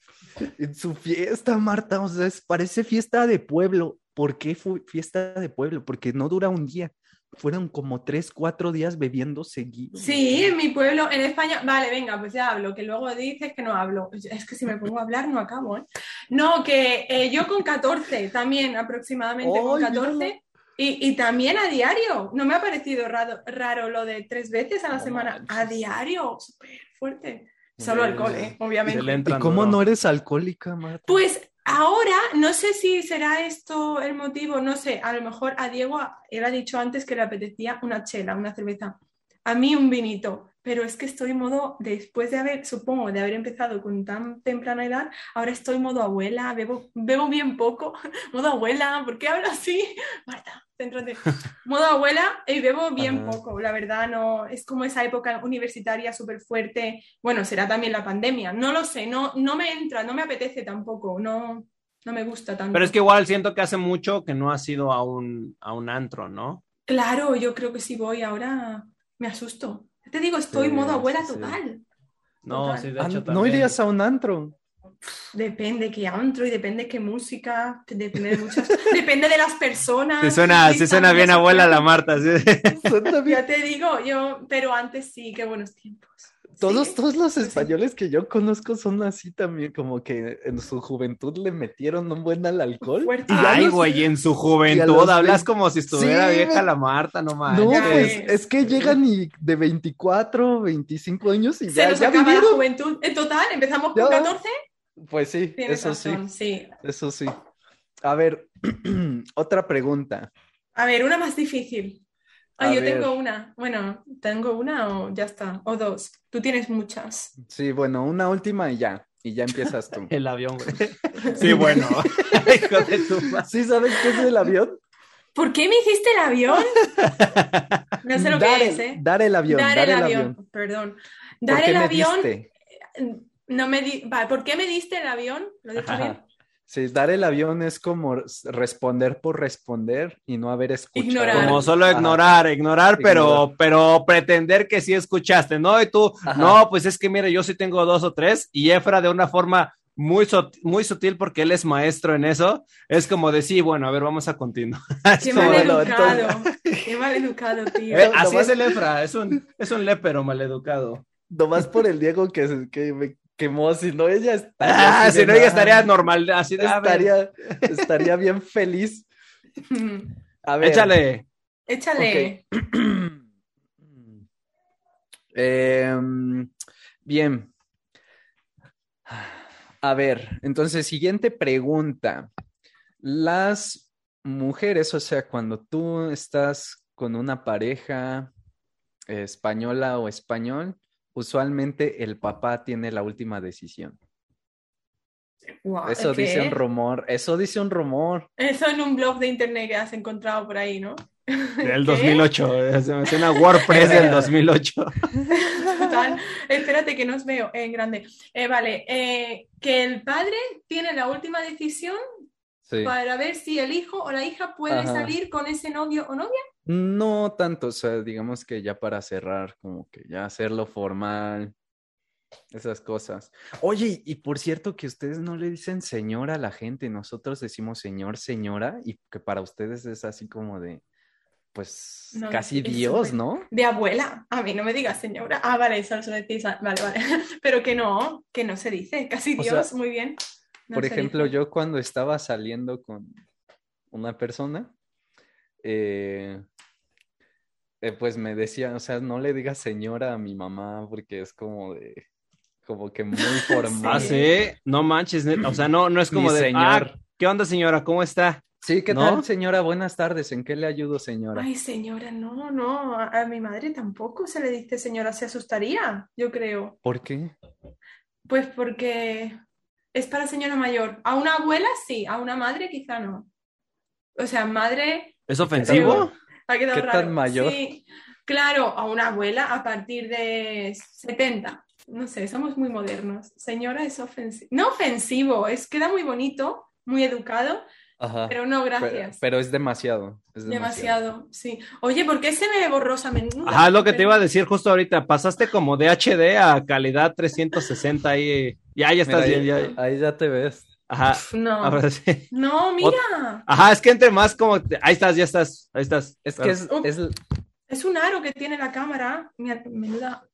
S2: En su fiesta, Marta, o sea, es- parece fiesta de pueblo. ¿Por qué fue fiesta de pueblo? Porque no dura un día. Fueron como tres, cuatro días bebiendo seguido.
S3: Sí, en mi pueblo, en España. Vale, venga, pues ya hablo, que luego dices que no hablo. Es que si me pongo a hablar no acabo, ¿eh? No, que eh, yo con 14 también, aproximadamente con
S4: Ay, míralo.
S3: 14. Y, y también a diario. No me ha parecido raro, raro lo de tres veces a la
S2: No
S3: semana. A
S2: manches.
S3: diario, súper fuerte. Solo
S2: Hombre,
S3: alcohol,
S2: sí.
S3: ¿eh? obviamente.
S1: que le
S2: ¿Y
S1: entran
S2: cómo
S1: duro.
S2: no eres alcohólica, Marta?
S3: Pues ahora, no sé si será esto el motivo, no sé, a lo mejor a Diego él ha dicho antes que le apetecía una chela, una cerveza, a mí un vinito, pero es que estoy modo, después de haber, supongo, de haber empezado con tan temprana edad, ahora estoy modo abuela, bebo, bebo bien poco, modo abuela, ¿por qué hablo así? Marta, céntrate. Modo abuela y bebo bien
S2: Ajá.
S3: poco, la verdad, no, es como esa época universitaria súper fuerte, bueno, será también la pandemia, no lo sé, no, no me entra, no me apetece tampoco, no, no me gusta tanto.
S1: Pero es que igual siento que hace mucho que no has ido a un, a un antro, ¿no?
S3: Claro, yo creo que si voy ahora me asusto. Ya Te digo, estoy
S2: Sí,
S3: modo abuela
S2: sí, sí.
S3: total.
S1: No,
S3: Total.
S1: sí, de
S2: Ah,
S1: hecho
S2: no
S1: también.
S2: irías a un antro.
S3: Depende qué antro y depende qué música, que depende de muchas, depende de las personas.
S1: Sí
S4: Ah,
S1: suena,
S3: y
S1: sí suena
S3: también
S1: bien
S3: se
S1: abuela
S3: puede-
S1: la Marta. sí.
S4: Santa vi-
S3: Ya te digo, yo, pero antes sí, qué buenos tiempos.
S4: Todos,
S3: Sí.
S4: todos los
S3: sí.
S4: españoles que yo conozco son así también, como que en su juventud le metieron un buen al alcohol.
S3: Fuerte.
S4: Y ya
S1: Ay,
S4: los-
S1: güey, en su
S4: y a
S1: juventud
S4: los
S1: hablas
S4: veinte-
S1: como si estuviera
S4: Sí,
S1: vieja
S4: güey.
S1: la Marta, no
S4: No,
S1: manches.
S3: Ya
S4: pues
S3: ves.
S4: es que llegan y de 24, 25 años y
S3: Se
S4: ya,
S3: nos
S4: ya
S3: acaba la
S4: vivieron.
S3: juventud. En total, empezamos con
S4: Ya.
S3: 14.
S2: Pues sí,
S3: Tienes
S2: eso
S3: razón, sí.
S2: sí, eso sí. A ver, otra pregunta.
S3: A ver, una más difícil. Ah,
S2: A
S3: yo
S2: ver.
S3: tengo una. Bueno, tengo una o ya está. O dos. Tú tienes muchas.
S2: Sí, bueno, una última y ya. Y ya empiezas tú.
S1: El avión, güey. Sí, bueno. Hijo de tu madre.
S4: ¿Sí sabes qué es el avión?
S3: ¿Por qué me hiciste el avión? No sé lo
S2: Dar
S3: que
S2: el-
S3: es, ¿eh?
S2: Dar el avión,
S3: Dar
S2: dar el avión.
S3: Perdón.
S2: ¿Por
S3: Dar
S2: qué
S3: el
S2: me
S3: avión. mm,
S2: diste?
S3: No me di... vale, ¿Por qué me diste el avión? ¿Lo dije
S2: Ajá.
S3: bien?
S2: Sí, dar el avión es como s- responder por responder y no haber escuchado.
S3: Ignorar.
S1: Como solo
S2: Ajá.
S1: ignorar, ignorar, pero,
S2: Ignorar.
S1: pero pretender que sí escuchaste, ¿no? Y tú,
S2: Ajá.
S1: no, pues es que mira, yo sí tengo dos o tres, y Efra de una forma muy, sut- muy sutil, porque él es maestro en eso, es como de sí, bueno, a ver, vamos a continuar.
S2: Ah,
S1: Es
S3: Qué
S1: como
S3: mal
S1: de-
S4: bueno,
S3: educado. Qué mal educado, tío.
S1: Eh,
S4: No,
S1: así
S4: nomás-
S1: es el Efra, es un, es un lépero maleducado.
S4: Nomás por el Diego que, se- que me quemó, si no ella estaría
S1: Ah,
S4: así
S1: si
S4: de,
S1: no, ella
S4: "Ah,
S1: estaría normal, así de, a ver,
S4: estaría, estaría bien feliz. A ver,
S1: échale.
S3: Mm, Échale.
S2: Em, bien. A ver, entonces, siguiente pregunta. Las mujeres, o sea, cuando tú estás con una pareja eh, española o español, usualmente el papá tiene la última decisión.
S3: Guau,
S2: Eso
S3: ¿qué?
S2: dice un rumor, eso dice un rumor.
S3: Eso en un blog de internet que has encontrado por ahí, ¿no?
S1: Del
S3: ¿Qué?
S1: 2008, eh, se me suena WordPress del 2008.
S3: Total. Espérate que no os veo en grande. Eh, vale, eh, que el padre tiene la última decisión
S2: Sí.
S3: para ver si el hijo o la hija puede
S2: Ajá.
S3: salir con ese novio o novia.
S2: No tanto, o sea, digamos que ya para cerrar, como que ya hacerlo formal, esas cosas. Oye, y por cierto que ustedes no le dicen señor a la gente, nosotros decimos señor, señora, y que para ustedes es así como de, pues,
S3: No,
S2: casi
S3: es
S2: Dios,
S3: súper-
S2: ¿no?
S3: De abuela, a mí no me digas señora. Ah, vale, eso lo decís, ah, vale, vale. Pero que no, que no se dice, casi
S2: O sea,
S3: Dios, muy bien. No
S2: Por
S3: se
S2: ejemplo,
S3: dice.
S2: yo cuando estaba saliendo con una persona, eh, eh, pues me decía, o sea, no le digas señora a mi mamá porque es como de, como que muy formal.
S1: Ah, sí, no manches, neta, o sea, no, no es como
S2: Mi
S1: de,
S2: señor.
S1: "Ah, ¿qué onda señora? ¿Cómo está?
S2: Sí, ¿qué
S1: ¿No?
S2: tal, señora? Buenas tardes. ¿En qué le ayudo, señora?
S3: Ay, señora, no, no, a, a mi madre tampoco se le dice señora, se asustaría, yo creo.
S2: ¿Por qué?
S3: Pues porque es para señora mayor. A una abuela sí, a una madre quizá no. O sea, madre
S1: ¿Es ofensivo?
S3: Pero- ha quedado
S2: ¿Qué tan
S3: raro.
S2: mayor?
S3: Sí, claro, a una abuela a partir de 70. No sé, somos muy modernos. Señora es ofensivo. No ofensivo, es queda muy bonito, muy educado,
S2: Ajá.
S3: pero no
S2: Pe-
S3: gracias.
S2: Ah, pero es demasiado. Es demasiado.
S3: Demasiado, sí. Oye, ¿por qué se me borrosa menuda?
S1: Ajá, es lo que te iba a decir justo ahorita, pasaste como de HD a calidad 360 ahí, ya, ya estás
S2: Mira,
S1: bien,
S2: ahí,
S1: ya,
S2: ahí ya Ah. te ves.
S1: ajá,
S3: No,
S1: ahora sí.
S3: no, mira,
S1: Ajá, es que entre más como, te- ahí estás, ya estás, ahí estás.
S2: Es que es,
S3: Ups.
S2: es- ah,
S3: es un aro que tiene la cámara. Mira, Menuda.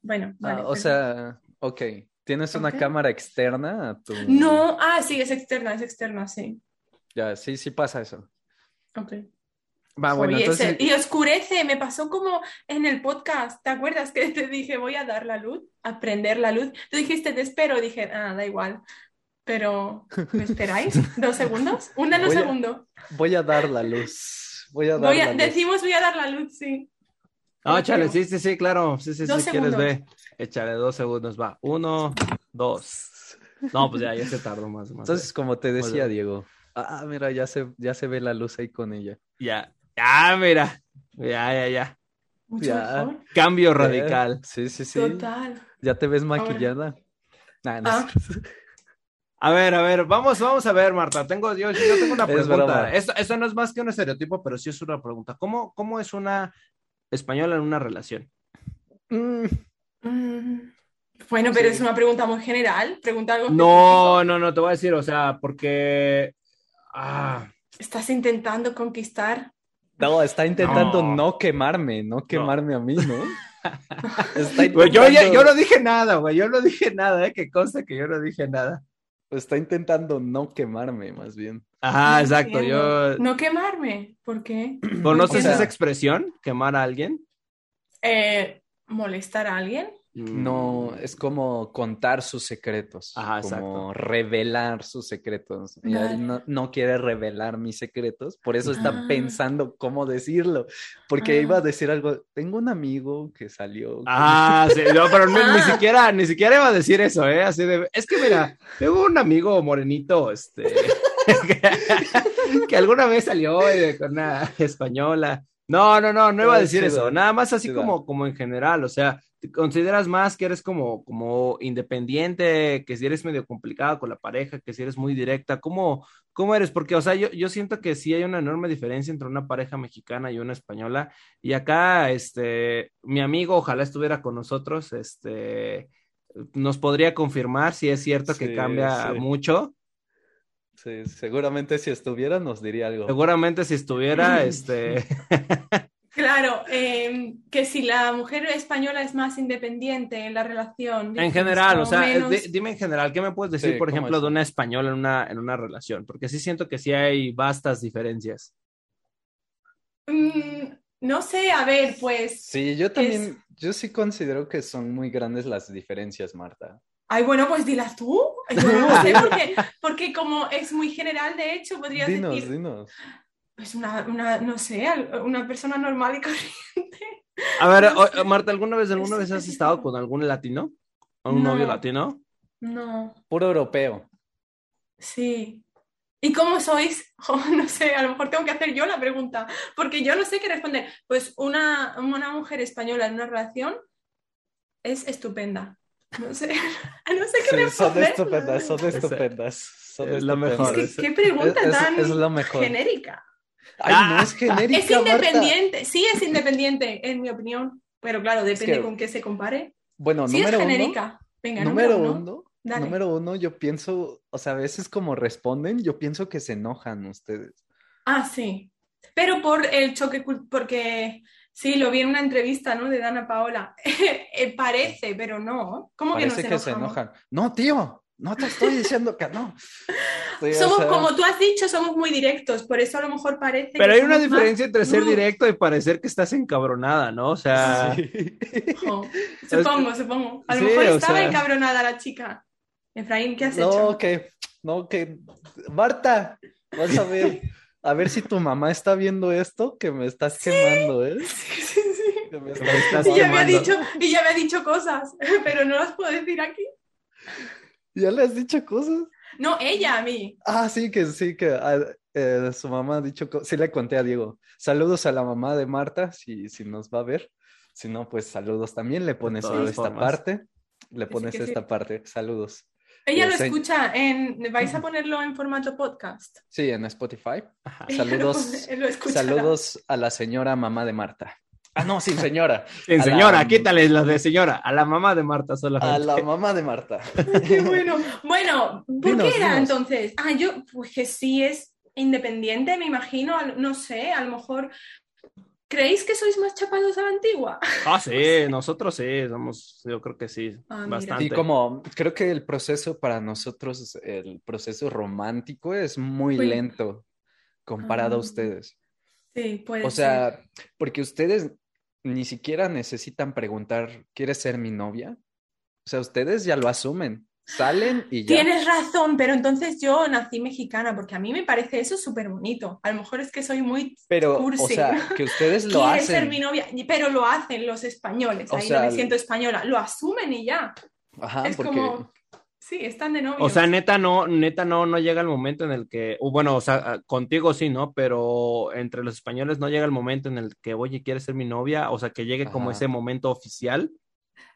S3: Bueno,
S2: ah,
S3: vale, pues
S2: o
S3: perdón.
S2: sea, ok. ¿Tienes una
S3: Ok.
S2: cámara externa a tu-
S3: No, ah, sí, es externa, es externa, sí.
S2: Ya, sí, sí pasa eso.
S3: Ok.
S2: Va, Ah, bueno,
S3: Oye,
S2: entonces.
S3: se- y oscurece, me pasó como en el podcast, ¿te acuerdas que te dije voy a dar la luz, a prender la luz? Tú dijiste te espero, dije, ah, da igual, pero ¿me esperáis? ¿Dos segundos? Un nano
S2: Voy a-
S3: segundo.
S2: Voy a dar la luz. Voy a dar
S3: Voy a-
S2: la luz.
S3: decimos voy a dar la luz, sí.
S1: Ah, chale, sí, sí, sí, claro, sí, sí, sí,
S3: Dos
S1: si quieres
S3: segundos.
S1: ve, échale dos segundos, va, uno, dos. No, pues ya, ya se tardó más, más.
S2: Entonces, como te decía,
S1: Bueno.
S2: Diego. Ah, mira, ya se, ya se ve la luz ahí con ella.
S1: ya, ya, mira, ya, ya, ya,
S3: Mucho
S2: Ya.
S3: mejor.
S1: cambio radical.
S2: Sí, sí, sí.
S3: Total.
S2: Ya te ves maquillada. Nah, no es
S3: Ah.
S1: A ver, a ver, vamos, vamos a ver, Marta. Tengo, yo, yo tengo una
S2: Es
S1: pregunta.
S2: broma.
S1: Esto, esto no es más que un estereotipo, pero sí es una pregunta. ¿Cómo, cómo es una española en una relación?
S2: Mm,
S3: Mm. Bueno, pero es una pregunta muy general, pregunta algo específico.
S1: No, no, no, te voy a decir, o sea, porque. Ah,
S3: Estás intentando conquistar.
S2: No, está intentando
S1: No.
S2: no, quemarme, no quemarme a mí, ¿no? Está
S1: güey, yo, ya- yo
S2: intentando-
S1: no dije nada, güey, yo no dije nada, ¿eh? Que conste que yo no dije nada.
S2: está intentando no quemarme, más bien.
S1: Ajá,
S3: No
S1: exacto,
S3: entiendo.
S1: yo.
S3: No quemarme, ¿por qué?
S1: ¿Conoces
S3: O sea-
S1: esa expresión? ¿Quemar a alguien?
S3: Eh, ¿molestar a alguien?
S2: No, es como contar sus secretos,
S1: Mm. Ajá,
S2: como revelar sus secretos. Y
S3: Vale.
S2: él no, no quiere revelar mis secretos, por eso está
S3: Ah.
S2: pensando cómo decirlo, porque
S3: Ah.
S2: iba a decir algo, tengo un amigo que salió. con-".
S1: Ah, sí, no, pero ni, ni
S3: Ah.
S1: siquiera, ni siquiera iba a decir eso, ¿eh? Así de, es que mira, tengo un amigo morenito, este, que, que alguna vez salió eh, con una española. No, no, no, no iba a
S2: Ay,
S1: decir
S2: chido.
S1: eso, nada más así
S2: Chido.
S1: como, como en general, o sea, ¿te consideras más que eres como, como independiente, que si eres medio complicado con la pareja, que si eres muy directa, ¿cómo, cómo eres? Porque, o sea, yo, yo siento que sí hay una enorme diferencia entre una pareja mexicana y una española, y acá, este, mi amigo, ojalá estuviera con nosotros, este, nos podría confirmar si es cierto que
S2: Sí,
S1: cambia
S2: sí.
S1: mucho.
S2: Sí, seguramente si estuviera nos diría algo.
S1: Seguramente si estuviera, este,
S3: Claro, eh, que si la mujer española es más independiente en la relación.
S1: en
S3: dices,
S1: general, o sea, eh,
S3: menos-
S1: di- dime en general, ¿qué me puedes decir,
S2: Sí,
S1: por
S2: ¿cómo
S1: ejemplo,
S2: es?
S1: de una española en una, en una relación? Porque sí siento que sí hay vastas diferencias.
S3: Mm, no sé, a ver, pues.
S2: Sí, yo también, yo sí considero que son muy grandes las diferencias, Marta.
S3: Ay, bueno, pues dilas tú. Yo no lo sé, porque, porque como es muy general, de hecho, podrías
S2: Dinos,
S3: decir.
S2: dinos.
S3: Pues una, una, no sé, al- una persona normal y corriente.
S1: A ver,
S3: No sé.
S1: o- Marta, ¿alguna vez, alguna
S3: Es
S1: vez has
S3: específico.
S1: estado con algún latino? ¿O un
S3: No.
S1: novio latino?
S3: No,
S2: Puro europeo.
S3: sí. ¿Y cómo sois? Jo, no sé, a lo mejor tengo que hacer yo la pregunta, porque yo no sé qué responder. Pues una, una mujer española en una relación es estupenda. No sé, no sé qué
S2: Sí,
S3: me
S2: son estupendas, son
S1: Ese-
S2: estupendas. Son
S1: es lo
S2: estupendas.
S1: mejor.
S3: eh, Es que qué pregunta
S2: Es- es-
S3: tan
S2: es lo mejor.
S3: genérica.
S2: Ay, no, es genérica,
S3: Ah, Es
S2: Marta.
S3: independiente, sí es independiente, en mi opinión. Pero claro, depende
S2: que-
S3: con qué se compare.
S2: Bueno,
S3: sí es
S2: número uno.
S3: genérica. Venga,
S2: número
S3: número
S2: uno,
S3: uno. Dale.
S2: número uno, yo pienso, o sea, a veces como responden, yo pienso que se enojan ustedes.
S3: Ah, sí. Pero por el choque, cul- porque sí, lo vi en una entrevista, ¿no? De Dana Paola. Eh, Parece, pero no. ¿Cómo que no
S2: Parece
S3: se
S2: que se
S3: enojamos?
S2: enojan. No, tío, no te estoy diciendo que no. Sí, o
S3: Somos,
S2: sea,
S3: como tú has dicho, somos muy directos, por eso a lo mejor parece que
S1: Pero hay una
S3: somos más-
S1: diferencia entre ser
S3: No.
S1: directo y parecer que estás encabronada, ¿no? O sea,
S2: sí.
S3: Ojo. Supongo, supongo. A lo
S1: Sí,
S3: mejor
S1: o
S3: estaba
S1: sea-
S3: encabronada la chica. Efraín, ¿qué has
S2: No,
S3: hecho?
S2: que, no, que, Marta, vas a ver, a ver si tu mamá está viendo esto, que me estás quemando, ¿eh?
S3: Sí, sí, sí.
S2: Que
S1: me
S2: me estás
S1: estás
S3: Y ya me ha
S1: quemando.
S3: dicho, y ya me ha dicho cosas, pero no las puedo decir aquí.
S2: ¿Ya le has dicho cosas?
S3: No, ella a mí.
S2: Ah, sí, que sí, que ah, eh, su mamá ha dicho, co- sí le conté a Diego, saludos a la mamá de Marta, si, si nos va a ver, si no, pues saludos también, le pones
S1: todas
S2: solo esta
S1: formas.
S2: parte, le pones
S3: que sí.
S2: esta parte, saludos.
S3: Ella
S2: Ya
S3: lo
S2: sé.
S3: escucha en. ¿Vais a ponerlo en formato podcast?
S2: Sí, en Spotify.
S3: Ella lo
S2: Saludos,
S3: pone- Eh, lo escuchará.
S2: saludos a la señora mamá de Marta. Ah, no, sin señora,
S1: Sí,
S2: a la-
S1: señora, quítale las de señora, a la mamá de Marta
S2: a
S1: solamente.
S2: la mamá de Marta.
S3: Qué bueno. Bueno, ¿por
S2: Dinos,
S3: qué era
S2: dinos.
S3: entonces? Ah, yo, pues que sí es independiente, me imagino, al- no sé, a lo mejor. ¿Creéis que sois más chapados a la antigua?
S1: Ah, sí, nosotros sí, somos, yo creo que sí,
S3: Ah, mira.
S1: bastante.
S2: Y como creo que el proceso para nosotros, el proceso romántico es muy
S3: Muy-
S2: lento comparado a
S3: Ah.
S2: ustedes.
S3: Sí, puede
S2: O sea, porque ustedes ni siquiera necesitan preguntar, ¿quieres ser mi novia? O sea, ustedes ya lo asumen, salen y ya.
S3: Tienes razón, pero entonces yo nací mexicana, porque a mí me parece eso súper bonito. A lo mejor es que soy muy...
S2: Pero, o
S3: cursi.
S2: sea, que ustedes lo
S3: Quieres
S2: hacen.
S3: ser mi novia, Y- pero lo hacen los españoles,
S2: O
S3: ahí
S2: sea,
S3: no me siento española, lo asumen y ya.
S2: Ajá,
S3: es
S2: porque
S3: como, sí, están de novios.
S1: O sea, neta no, neta no, no llega el momento en el que, o bueno, o sea, contigo sí, ¿no? Pero entre los españoles no llega el momento en el que, oye, ¿quieres ser mi novia? O sea, que llegue como
S2: Ajá.
S1: ese momento oficial.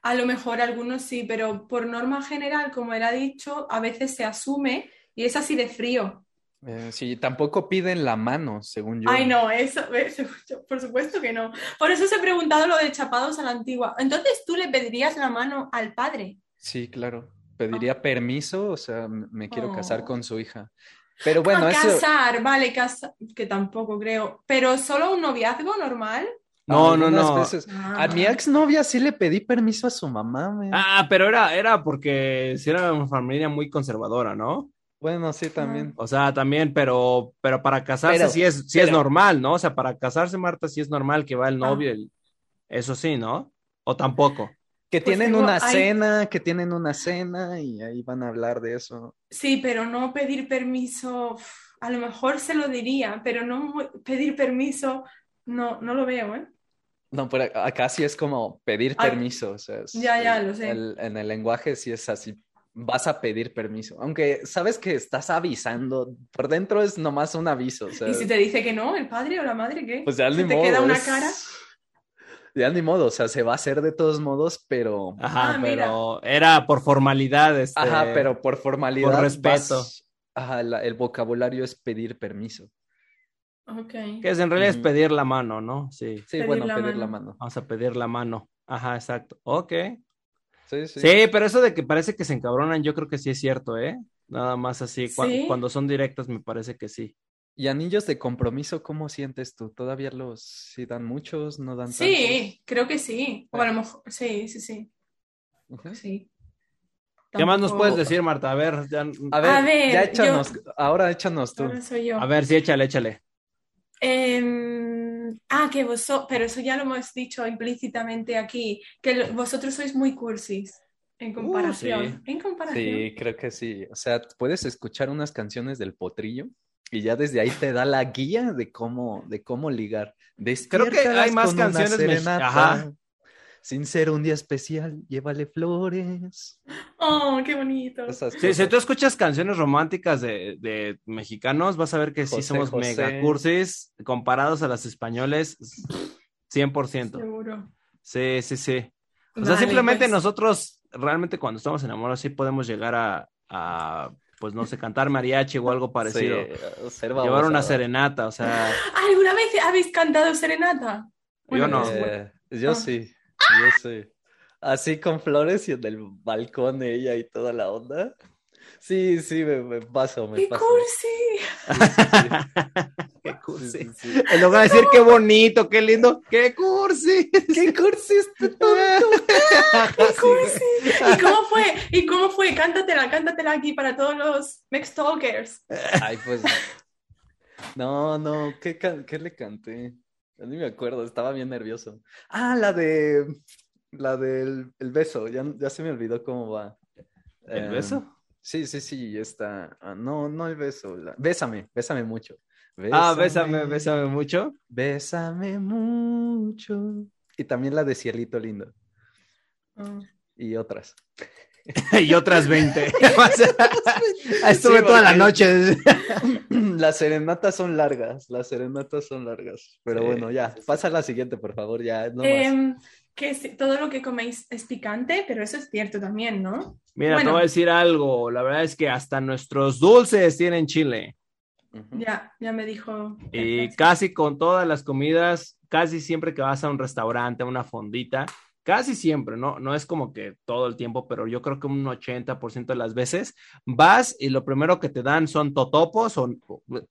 S3: A lo mejor algunos sí, pero por norma general, como él ha dicho, a veces se asume y es así de frío.
S2: eh, sí, tampoco piden la mano, según yo.
S3: Ay, no, eso, eso- por supuesto que no. Por eso os he preguntado lo de chapados a la antigua. Entonces, ¿tú le pedirías la mano al padre?
S2: Sí, claro. Pediría permiso, o sea, m- me quiero casar
S3: Ah. Oh.
S2: con su hija. Pero bueno,
S3: Ah,
S2: eso.
S3: casar, vale, casar, que tampoco creo, pero solo un noviazgo normal.
S1: No, no,
S2: algunas
S1: no.
S2: veces-
S3: Ah.
S2: A mi exnovia sí le pedí permiso a su mamá, men.
S1: Ah, pero era, era porque sí era una familia muy conservadora, ¿no?
S2: Bueno, sí, también.
S1: O sea, también, pero, pero para casarse
S2: Pero,
S1: sí es, sí es
S2: pero- Ah.
S1: normal, ¿no? O sea, para casarse, Marta, sí es normal que va el novio, el- eso sí, ¿no? O tampoco.
S2: Que
S3: Pues
S2: tienen
S3: digo,
S2: una
S3: ay.
S2: cena, que tienen una cena y ahí van a hablar de eso.
S3: Sí, pero no pedir permiso, uf, a lo mejor se lo diría, pero no mu- pedir permiso, no, no lo veo, ¿eh?
S2: No, pero acá sí es como pedir
S3: Ay.
S2: permiso, o sea, es-
S3: Ya, ya, lo sé.
S2: el- en el lenguaje sí es así, vas a pedir permiso, aunque sabes que estás avisando, por dentro es nomás un aviso, o sea,
S3: Y si te dice que no, el padre o la madre, ¿qué?
S2: pues ya
S3: si
S2: ni
S3: te
S2: modo,
S3: queda una
S2: es-
S3: cara.
S2: Ya ni modo, o sea, se va a hacer de todos modos, pero...
S1: Ajá,
S3: Ah, mira.
S1: pero era por formalidad, este.
S2: Ajá, pero por formalidad.
S1: por respeto.
S2: vas- Ajá, la- el vocabulario es pedir permiso.
S3: Ok.
S1: Que es, en realidad es
S2: Ujú.
S1: pedir la mano, ¿no? Sí.
S2: Sí,
S3: Pedir
S2: bueno,
S3: la
S2: pedir la
S3: mano.
S2: mano.
S1: Vamos a pedir la mano. Ajá, exacto. Ok.
S2: Sí,
S1: Sí.
S2: sí.
S1: pero eso de que parece que se encabronan, yo creo que sí es cierto, ¿eh? Nada más así, cua-
S3: Sí.
S1: cuando son directas me parece que sí.
S2: ¿Y anillos de compromiso, cómo sientes tú? ¿Todavía los si dan muchos, no dan
S3: Sí, creo que sí. O a lo mejor, sí, sí, sí.
S2: tantos? Ujú.
S3: sí.
S1: ¿Qué más nos
S3: Tampoco-
S1: puedes decir, Marta? A ver, ya-
S2: A ver,
S3: A ver,
S2: ya
S3: yo-
S2: échanos, ahora échanos tú.
S3: Ahora soy yo.
S1: a ver, sí, échale, échale.
S3: Em, ah, que vosotros, pero eso ya lo hemos dicho implícitamente aquí, que lo- vosotros sois muy cursis
S1: Uh,
S3: en comparación. En comparación.
S2: Sí, creo que sí. O sea, puedes escuchar unas canciones del Potrillo y ya desde ahí te da la guía de cómo, de cómo ligar. Despiértalas
S1: hay más
S2: con una
S1: canciones mex-
S2: serenata.
S1: Ajá.
S2: Sin ser un día especial, llévale flores.
S3: Oh, qué bonito.
S2: Esas
S1: Sí, si
S2: cosas.
S1: tú escuchas canciones románticas de, de mexicanos, vas a ver que sí
S2: José,
S1: somos
S2: José.
S1: mega cursis comparados a las españoles, 100%.
S3: Seguro.
S1: Sí, sí, sí. O sea,
S3: Vale,
S1: simplemente
S3: pues.
S1: nosotros realmente cuando estamos enamorados sí podemos llegar a, a, pues no sé, cantar mariachi o algo parecido.
S2: Sí, ser
S1: Llevar una
S2: babosada.
S1: serenata, o sea,
S3: ¿Alguna vez habéis cantado serenata?
S1: yo
S3: Una
S1: no.
S3: vez, bueno.
S2: Eh, yo
S3: Ah.
S2: sí, yo sí. Así con flores y en el balcón ella y toda la onda. Sí, sí, me, me paso, me
S3: ¡Qué
S2: paso.
S3: cursi!
S1: qué
S2: Sí,
S1: cursi.
S2: sí, sí.
S1: En lugar de decir qué bonito, qué lindo, qué cursi.
S2: ¿Qué cursi este tonto?
S3: ¡Qué cursi! ¿Y cómo fue? ¿Y cómo fue? Cántatela, cántatela aquí para todos los Mextalkers.
S2: Ay, pues. No, no, ¿qué, can- qué le canté? Ya Ni me acuerdo, estaba bien nervioso. Ah, la de. La del el beso, ya, ya se me olvidó cómo va.
S1: ¿El
S2: Eh,
S1: beso?
S2: Sí, sí, sí, está. ah, No, no el beso. la- Bésame, bésame mucho.
S1: Ah, bésame, bésame mucho.
S2: Bésame mucho. Y también la de Cielito Lindo y otras.
S1: y otras 20. O sea, Estuve
S2: Sí,
S1: toda la
S2: porque-
S1: noche.
S2: Las serenatas son largas, las serenatas son largas. Pero
S1: Sí,
S2: bueno, ya, pasa a la siguiente, por favor, ya. No más.
S3: Em, que si- todo lo que coméis es picante, pero eso es cierto también, ¿no?
S1: Mira, te
S3: Bueno.
S1: voy a decir algo. La verdad es que hasta nuestros dulces tienen chile.
S2: Ujú.
S3: Ya, ya me dijo.
S1: Y casi con todas las comidas, casi siempre que vas a un restaurante, a una fondita, casi siempre, ¿no? No es como que todo el tiempo, pero yo creo que un 80% de las veces vas y lo primero que te dan son totopos o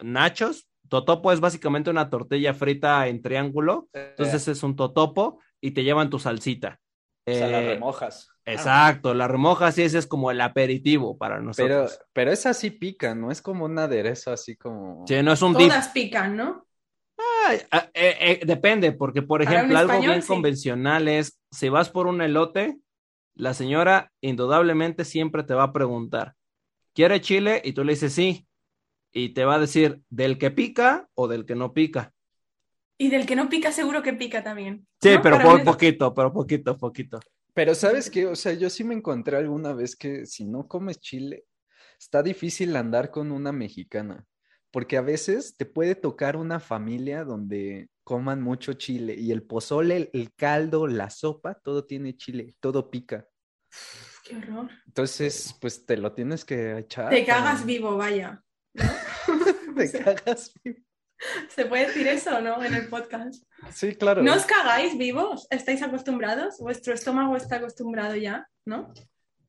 S1: nachos. Totopo es básicamente una tortilla frita en triángulo, entonces es un totopo y te llevan tu salsita.
S2: O sea, las
S1: Eh,
S2: remojas.
S1: Exacto, la remoja sí, ese es como el aperitivo para
S2: Pero,
S1: nosotros.
S2: pero esa sí pica, no es como un aderezo así como.
S1: Sí, no es un dip.
S3: Todas pican, ¿no?
S1: Ay, ah, eh, eh, depende, porque por
S3: Para un
S1: ejemplo, algo
S3: español,
S1: bien
S3: sí.
S1: convencional es, si vas por un elote, la señora indudablemente siempre te va a preguntar, ¿quiere chile? Y tú le dices sí, y te va a decir, ¿del que pica o del que no pica?
S3: Y del que no pica, seguro que pica también.
S1: Sí,
S3: ¿no?
S1: pero
S3: Para
S1: por
S3: mí-
S1: poquito, pero poquito, poquito.
S2: Pero sabes qué, o sea, yo sí me encontré alguna vez que si no comes chile, está difícil andar con una mexicana, porque a veces te puede tocar una familia donde coman mucho chile y el pozole, el, el caldo, la sopa, todo tiene chile, todo pica.
S3: Qué horror.
S2: Entonces, pues te lo tienes que
S1: Ah,
S2: echar.
S3: Te cagas
S2: bien.
S3: vivo, vaya.
S2: Te cagas bien.
S3: ¿Se puede decir eso, no? En el podcast.
S2: Sí, claro.
S3: ¿No os cagáis vivos? ¿Estáis acostumbrados? ¿Vuestro estómago está acostumbrado ya? ¿No?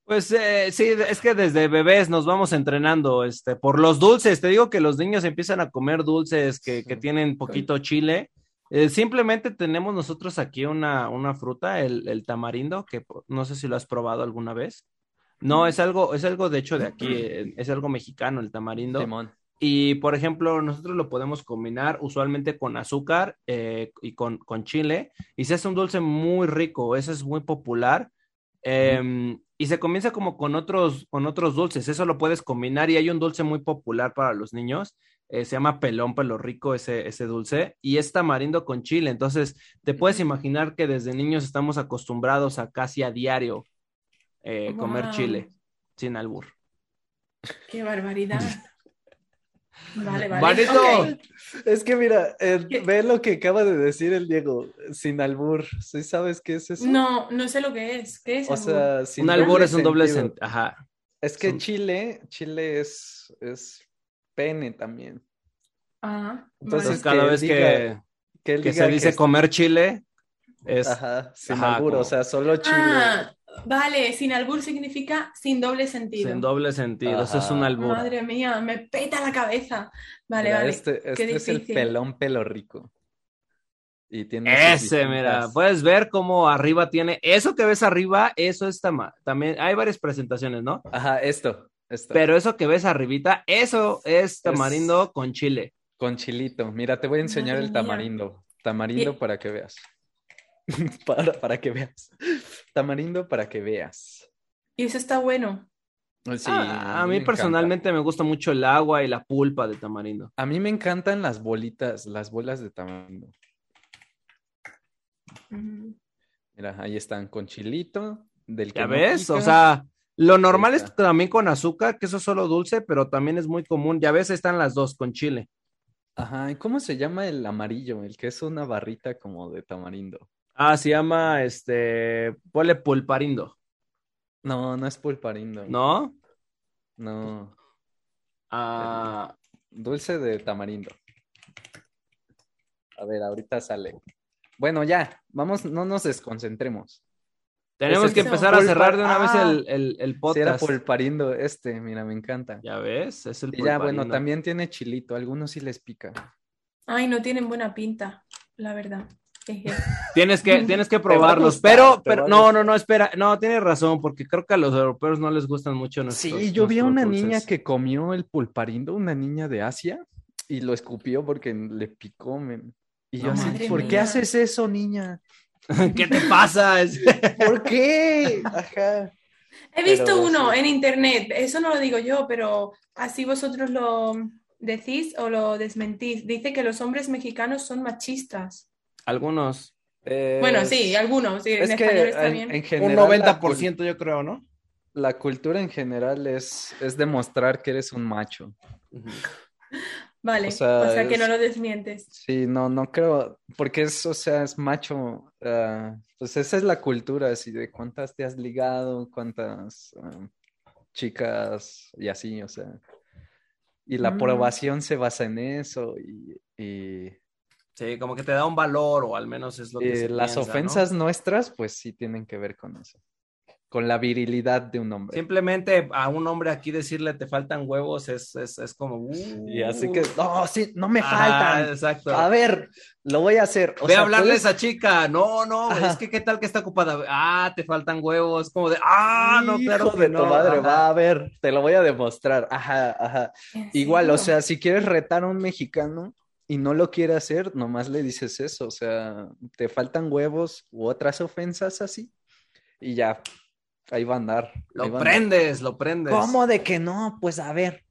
S1: Pues eh, sí, es que desde bebés nos vamos entrenando, este, por los dulces. Te digo que los niños empiezan a comer dulces que, que
S2: Sí.
S1: tienen poquito chile. Eh, simplemente tenemos nosotros aquí una, una fruta, el, el tamarindo, que po- no sé si lo has probado alguna vez. No, es algo, es algo de hecho de aquí, eh, es algo mexicano el tamarindo.
S2: Simón.
S1: Y por ejemplo, nosotros lo podemos combinar usualmente con azúcar eh, y con, con chile. Y se hace un dulce muy rico, ese es muy popular. Em, y se comienza como con otros, con otros dulces, eso lo puedes combinar. Y hay un dulce muy popular para los niños, eh, se llama pelón pelo rico ese, ese dulce. Y es tamarindo con chile. Entonces, te puedes
S2: Ujú.
S1: imaginar que desde niños estamos acostumbrados a casi a diario eh, comer
S3: Wow.
S1: chile, sin albur.
S3: ¡Qué barbaridad! Vale, vale.
S1: Vanito.
S3: Ok.
S2: Es que mira, eh,
S3: ¿Qué?
S2: ve lo que acaba de decir el Diego, sin albur. ¿Sí sabes qué es eso?
S3: No, no sé lo que es. ¿Qué es?
S2: O sea, sin
S1: un albur
S2: doble
S1: es un doble
S2: sentido.
S1: sentido. Ajá.
S2: Es que
S1: Son-
S2: Chile, Chile es, es pene también.
S3: Ah,
S2: Entonces,
S1: Entonces,
S3: vale.
S1: cada
S2: que
S1: vez
S2: diga-
S1: que,
S2: Que él
S1: que
S2: diga
S1: se
S2: que
S1: dice
S2: es-
S1: comer chile, es
S2: Ajá, sin
S1: Ajá,
S2: albur,
S1: como-
S2: o sea, solo Chile.
S3: Ah, vale, sin albur significa sin doble sentido.
S1: sin doble sentido, eso es
S2: Ajá.
S1: un albur.
S3: Madre mía, me peta la cabeza. Vale,
S2: Mira,
S3: vale.
S2: Este, este es el
S3: difícil.
S2: pelón pelo rico. Y tiene sus
S1: Ese, mira,
S2: distintas-
S1: puedes ver cómo arriba tiene, eso que ves arriba, eso está mal. También hay varias presentaciones, ¿no?
S2: Ajá, esto, esto.
S1: Pero eso que ves arribita, eso es tamarindo
S2: Es-
S1: con chile.
S2: Con chilito. Mira, te voy a enseñar
S3: Madre
S2: el
S3: mía.
S2: tamarindo. Tamarindo
S3: Bien.
S2: para que veas. para, para que veas. Tamarindo para que veas.
S3: Y eso está bueno.
S2: Sí,
S1: Ah, a
S2: me
S1: mí
S2: encanta.
S1: personalmente me gusta mucho el agua y la pulpa de tamarindo.
S2: A mí me encantan las bolitas, las bolas de tamarindo.
S3: Mm.
S2: Mira, ahí están con chilito, del que
S1: ¿Ya
S2: no
S1: ves?
S2: pica.
S1: O sea, lo normal es
S2: está.
S1: también con azúcar, que eso es solo dulce, pero también es muy común. Ya ves, están las dos con chile.
S2: Ajá, ¿y cómo se llama el amarillo? El que es una barrita como de tamarindo.
S1: Ah, se llama este, ponle pulparindo.
S2: No, no es pulparindo.
S1: ¿No?
S2: No.
S1: Ah,
S2: Dulce de tamarindo. A ver, ahorita sale. Bueno, ya, vamos, no nos desconcentremos.
S1: tenemos
S2: Ese
S1: que
S3: es
S1: empezar a
S2: pulpa-
S1: cerrar de una vez
S2: Ah.
S1: el, el, el
S2: Si era
S1: podcast.
S2: pulparindo este, mira, me encanta.
S1: Ya ves, es el
S2: Y ya, bueno,
S1: pulparindo.
S2: también tiene chilito, algunos sí les pica.
S3: Ay, no tienen buena pinta, la verdad. Jeje.
S1: Tienes que, tienes que probarlos,
S2: gustar,
S1: pero,
S2: te va
S1: pero
S2: a
S1: no,
S2: gustar.
S1: no, no, espera, no, tienes razón, porque creo que a los europeos no les gustan mucho nuestros
S2: Sí, yo vi a una
S1: nuestros
S2: niña
S1: dulces.
S2: que comió el pulparindo, una niña de Asia, y lo escupió porque le picó. men. Y yo
S1: No
S2: así,
S1: manches.
S2: ¿por
S3: Madre
S2: qué
S3: mía.
S2: haces eso, niña?
S1: ¿Qué te pasa? Es-
S2: ¿Por qué? Ajá.
S3: He visto
S2: Pero
S3: uno
S2: sí.
S3: en internet, eso no lo digo yo, pero así vosotros lo decís o lo desmentís. Dice que los hombres mexicanos son machistas.
S1: Algunos. Eh,
S3: Bueno,
S2: Es-
S3: sí, algunos, sí, en
S2: Es que
S3: español está
S2: en,
S3: bien.
S2: en
S1: Un
S2: general la
S1: 90% yo creo, ¿no?
S2: cul- La, cultura en general es, es demostrar que eres un macho.
S3: Vale,
S2: o sea,
S3: que
S2: es-
S3: no lo desmientes.
S2: Sí, no, no creo, porque es, o sea, es macho, ah, pues esa es la cultura, así de cuántas te has ligado, cuántas ah, chicas y así, o sea, y la
S3: Mm.
S2: aprobación se basa en eso y, y,
S1: Sí, como que te da un valor, o al menos es lo que
S2: eh,
S1: se
S2: las
S1: piensa, ¿no?
S2: ofensas nuestras, pues sí tienen que ver con eso, con la virilidad de un hombre.
S1: Simplemente a un hombre aquí decirle te faltan huevos es, es, es como. uh,
S2: Y así que, no, sí, no me
S1: ajá,
S2: faltan.
S1: exacto.
S2: A ver, lo voy a hacer. O
S1: Ah, Ve
S2: sea,
S1: a hablarle
S2: puedes-
S1: a esa chica. No, no,
S2: Ajá.
S1: es que qué tal que está ocupada. Ah, te faltan huevos. Como de, ah, no, claro
S2: Hijo
S1: que
S2: de
S1: no.
S2: tu madre,
S1: Ajá.
S2: va a ver, te lo voy a demostrar. Ajá, ajá.
S3: ¿En
S2: Igual, o
S3: serio?
S2: sea, si quieres retar a un mexicano y no lo quiere hacer, nomás le dices eso, o sea, te faltan huevos u otras ofensas así y ya, ahí va a andar. ahí
S1: Lo
S2: va a andar.
S1: prendes, lo prendes.
S2: ¿Cómo de que no? Pues a ver.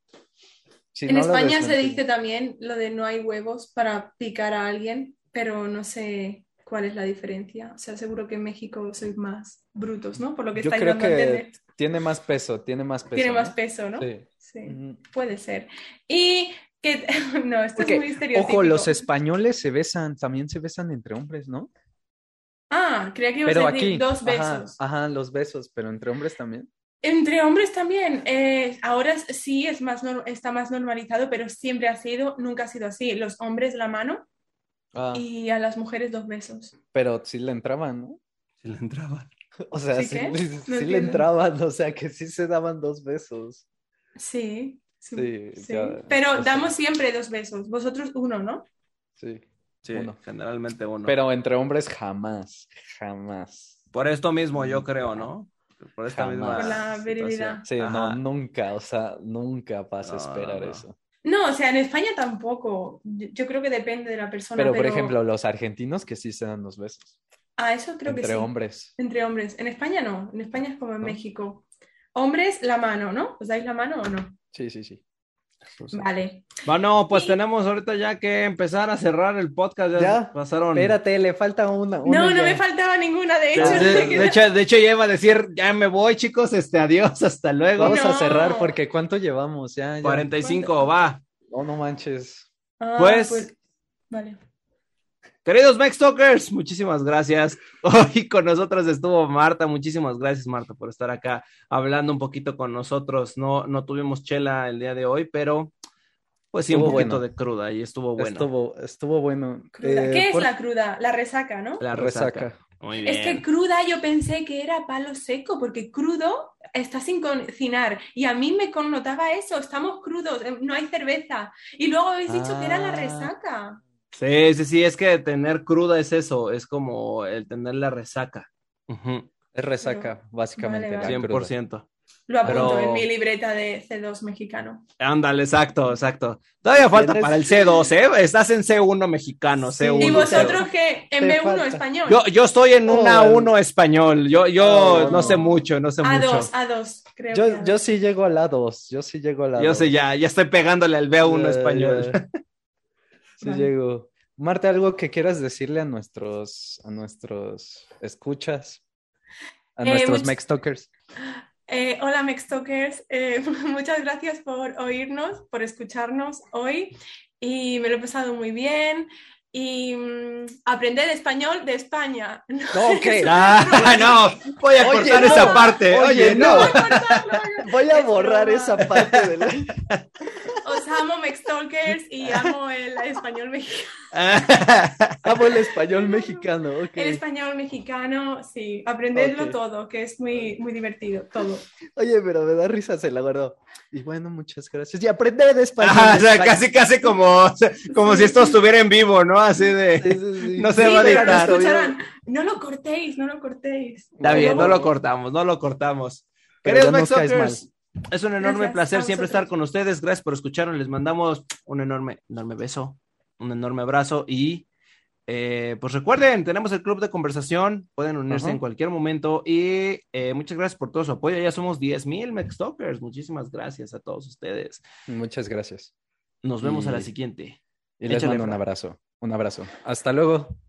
S2: Si
S3: En
S2: no lo
S3: España se
S2: desmentimos.
S3: dice también lo de no hay huevos para picar a alguien, pero no sé cuál es la diferencia. O sea, seguro que en México sois más brutos, ¿no? Por lo que
S2: Yo
S3: estáis
S2: creo
S3: dando a
S2: que
S3: entender.
S2: Tiene más peso, tiene más peso.
S3: Tiene
S2: ¿no?
S3: más peso, ¿no?
S2: Sí.
S3: Sí,
S2: Ujú.
S3: puede ser. Y que... no, esto
S2: Porque,
S3: es muy estereotípico.
S2: Ojo, los españoles se besan, también se besan entre hombres, ¿no?
S3: Ah, creía que ibas
S2: Pero
S3: a decir
S2: aquí,
S3: dos
S2: ajá,
S3: besos.
S2: Ajá, los besos, pero entre hombres también.
S3: Entre hombres también. eh, ahora s- sí es más nor- está más normalizado, pero siempre ha sido, nunca ha sido así. Los hombres la mano
S2: Ah,
S3: y a las mujeres dos besos.
S2: pero sí le entraban, ¿no?
S1: Se le entraba.
S2: O sea,
S3: ¿Sí
S2: sí,
S3: qué?
S2: le- sí le
S3: entiendo.
S2: entraban, o sea, que sí se daban dos besos.
S3: Sí, sí.
S2: Sí,
S3: sí.
S2: ya,
S3: Pero
S2: o sea,
S3: damos siempre dos besos, vosotros uno, ¿no?
S2: Sí.
S1: Sí,
S2: Uno.
S1: generalmente uno.
S2: Pero entre hombres jamás, jamás.
S1: Por esto mismo, yo creo, ¿no? Por esta
S2: Jamás.
S1: misma.
S2: Por
S3: la
S1: situación.
S3: virilidad.
S2: Sí,
S1: Ajá.
S2: no, nunca, o sea, nunca vas a
S1: No,
S2: esperar
S1: no, no.
S2: eso.
S3: No, o sea, en España tampoco. Yo, yo creo que depende de la persona.
S2: Pero, por ejemplo, los argentinos que sí se dan dos besos.
S3: a eso creo que
S2: entre
S3: sí.
S2: hombres.
S3: Entre hombres. En España no. En España es como en
S2: ¿No?
S3: México. Hombres, la mano, ¿no? ¿Os dais la mano o no?
S2: Sí, sí, sí.
S3: Vale.
S1: Bueno, pues
S3: Y-
S1: tenemos ahorita ya que empezar a cerrar el podcast. Ya,
S2: Ya,
S1: pasaron.
S2: Espérate, le falta una. una
S3: No, no
S2: ya.
S3: me faltaba ninguna, de
S1: De,
S3: hecho.
S1: de- de hecho, de hecho, ya iba a decir, ya me voy, chicos, este, adiós, hasta luego.
S2: Vamos a
S3: No.
S2: cerrar porque ¿cuánto llevamos? Ya, ya.
S1: 45, va.
S2: No, no manches.
S3: Ah,
S1: Pues-
S3: Vale.
S1: Queridos Mextalkers, muchísimas gracias. Hoy con nosotros estuvo Marta. Muchísimas gracias, Marta, por estar acá hablando un poquito con nosotros. No, no tuvimos chela el día de hoy, pero pues sí, un
S2: Estuvo
S1: poquito
S2: bueno.
S1: de cruda y estuvo bueno.
S2: Estuvo, estuvo bueno.
S3: Cruda.
S2: Eh,
S3: ¿Qué es
S2: por-
S3: la cruda? La resaca, ¿no?
S1: La resaca.
S2: resaca.
S1: Muy bien.
S3: Es que cruda yo pensé que era palo seco, porque crudo está sin cocinar. Y a mí me connotaba eso, estamos crudos, eh, no hay cerveza. Y luego habéis dicho que era la
S2: Ah.
S3: resaca.
S1: Sí, sí, sí, es que tener cruda es eso, es como el tener la resaca. Ujú,
S2: Es resaca, básicamente. la
S3: Vale,
S2: cruda.
S1: 100%.
S3: Lo apunto
S1: Pero-
S3: en mi libreta de C2 mexicano.
S1: Ándale, exacto, exacto. Todavía falta
S2: Tienes-
S1: para el C2, ¿eh? Estás en C1 mexicano,
S2: Sí.
S1: C1.
S3: ¿Y
S2: Uno,
S3: vosotros que en
S2: Te
S3: B1
S2: falta.
S3: español?
S1: Yo, yo estoy en
S2: Oh,
S1: una
S2: bueno.
S1: 1 español. Yo, yo
S2: Oh.
S1: no sé mucho, no sé mucho.
S3: A2, A2, creo. que
S2: Yo,
S3: A2.
S2: yo sí llego a la 2. Yo sí llego a la
S1: Yo
S2: 2.
S1: sé, ya, ya estoy pegándole al B1
S2: Ya,
S1: español.
S2: ya. Sí
S3: Vale.
S2: llego. Marta, algo que quieras decirle a nuestros, a nuestros escuchas, a
S3: Eh,
S2: nuestros
S3: much-
S2: Mextalkers.
S3: Eh, hola Mextalkers, Eh, muchas gracias por oírnos, por escucharnos hoy y me lo he pasado muy bien. y mm, aprender español de España. No,
S2: No, ¿qué?
S1: Ah, no, voy a
S2: Oye,
S1: cortar
S2: no,
S1: esa parte. Oye,
S2: oye,
S1: Eh, no.
S2: no.
S3: voy a cortarlo.
S2: Voy a
S3: Es
S2: borrar
S3: broma.
S2: esa parte de la...
S3: Os amo, Mextalkers, y amo el español mexicano.
S1: Ah,
S2: Amo el español mexicano, ok.
S3: El español mexicano, sí, aprenderlo
S2: Ok.
S3: todo, que es muy, muy divertido, todo.
S2: Oye, pero me da risa, se la guardó. Y bueno, muchas gracias. Y aprender de español.
S1: Ajá, o sea, casi, casi como, como si esto estuviera en vivo, ¿no? Así
S2: Sí,
S1: de.
S2: sí, sí.
S1: No
S3: Sí,
S1: se va a
S3: pero lo
S1: editar.
S3: escucharán. No lo cortéis, no lo cortéis.
S1: Está bien, no lo
S2: corto.
S1: cortamos, no lo cortamos.
S2: Pero
S1: Queridos
S2: ya nos caes
S1: Mextalkers, es un enorme
S3: Gracias
S1: placer
S3: a
S1: siempre
S3: vosotros.
S1: estar con ustedes. Gracias por escucharnos. Les mandamos un enorme, enorme beso, un enorme abrazo y. eh, pues recuerden, tenemos el club de conversación, pueden unirse
S2: Ajá.
S1: en cualquier momento y eh, muchas gracias por todo su apoyo. Ya somos 10.000 Mextalkers, muchísimas gracias a todos ustedes.
S2: Muchas gracias.
S1: Nos vemos a la
S2: Y-
S1: siguiente.
S2: Y les
S1: Échale,
S2: mando un
S1: Fran.
S2: abrazo. Un abrazo. Hasta luego.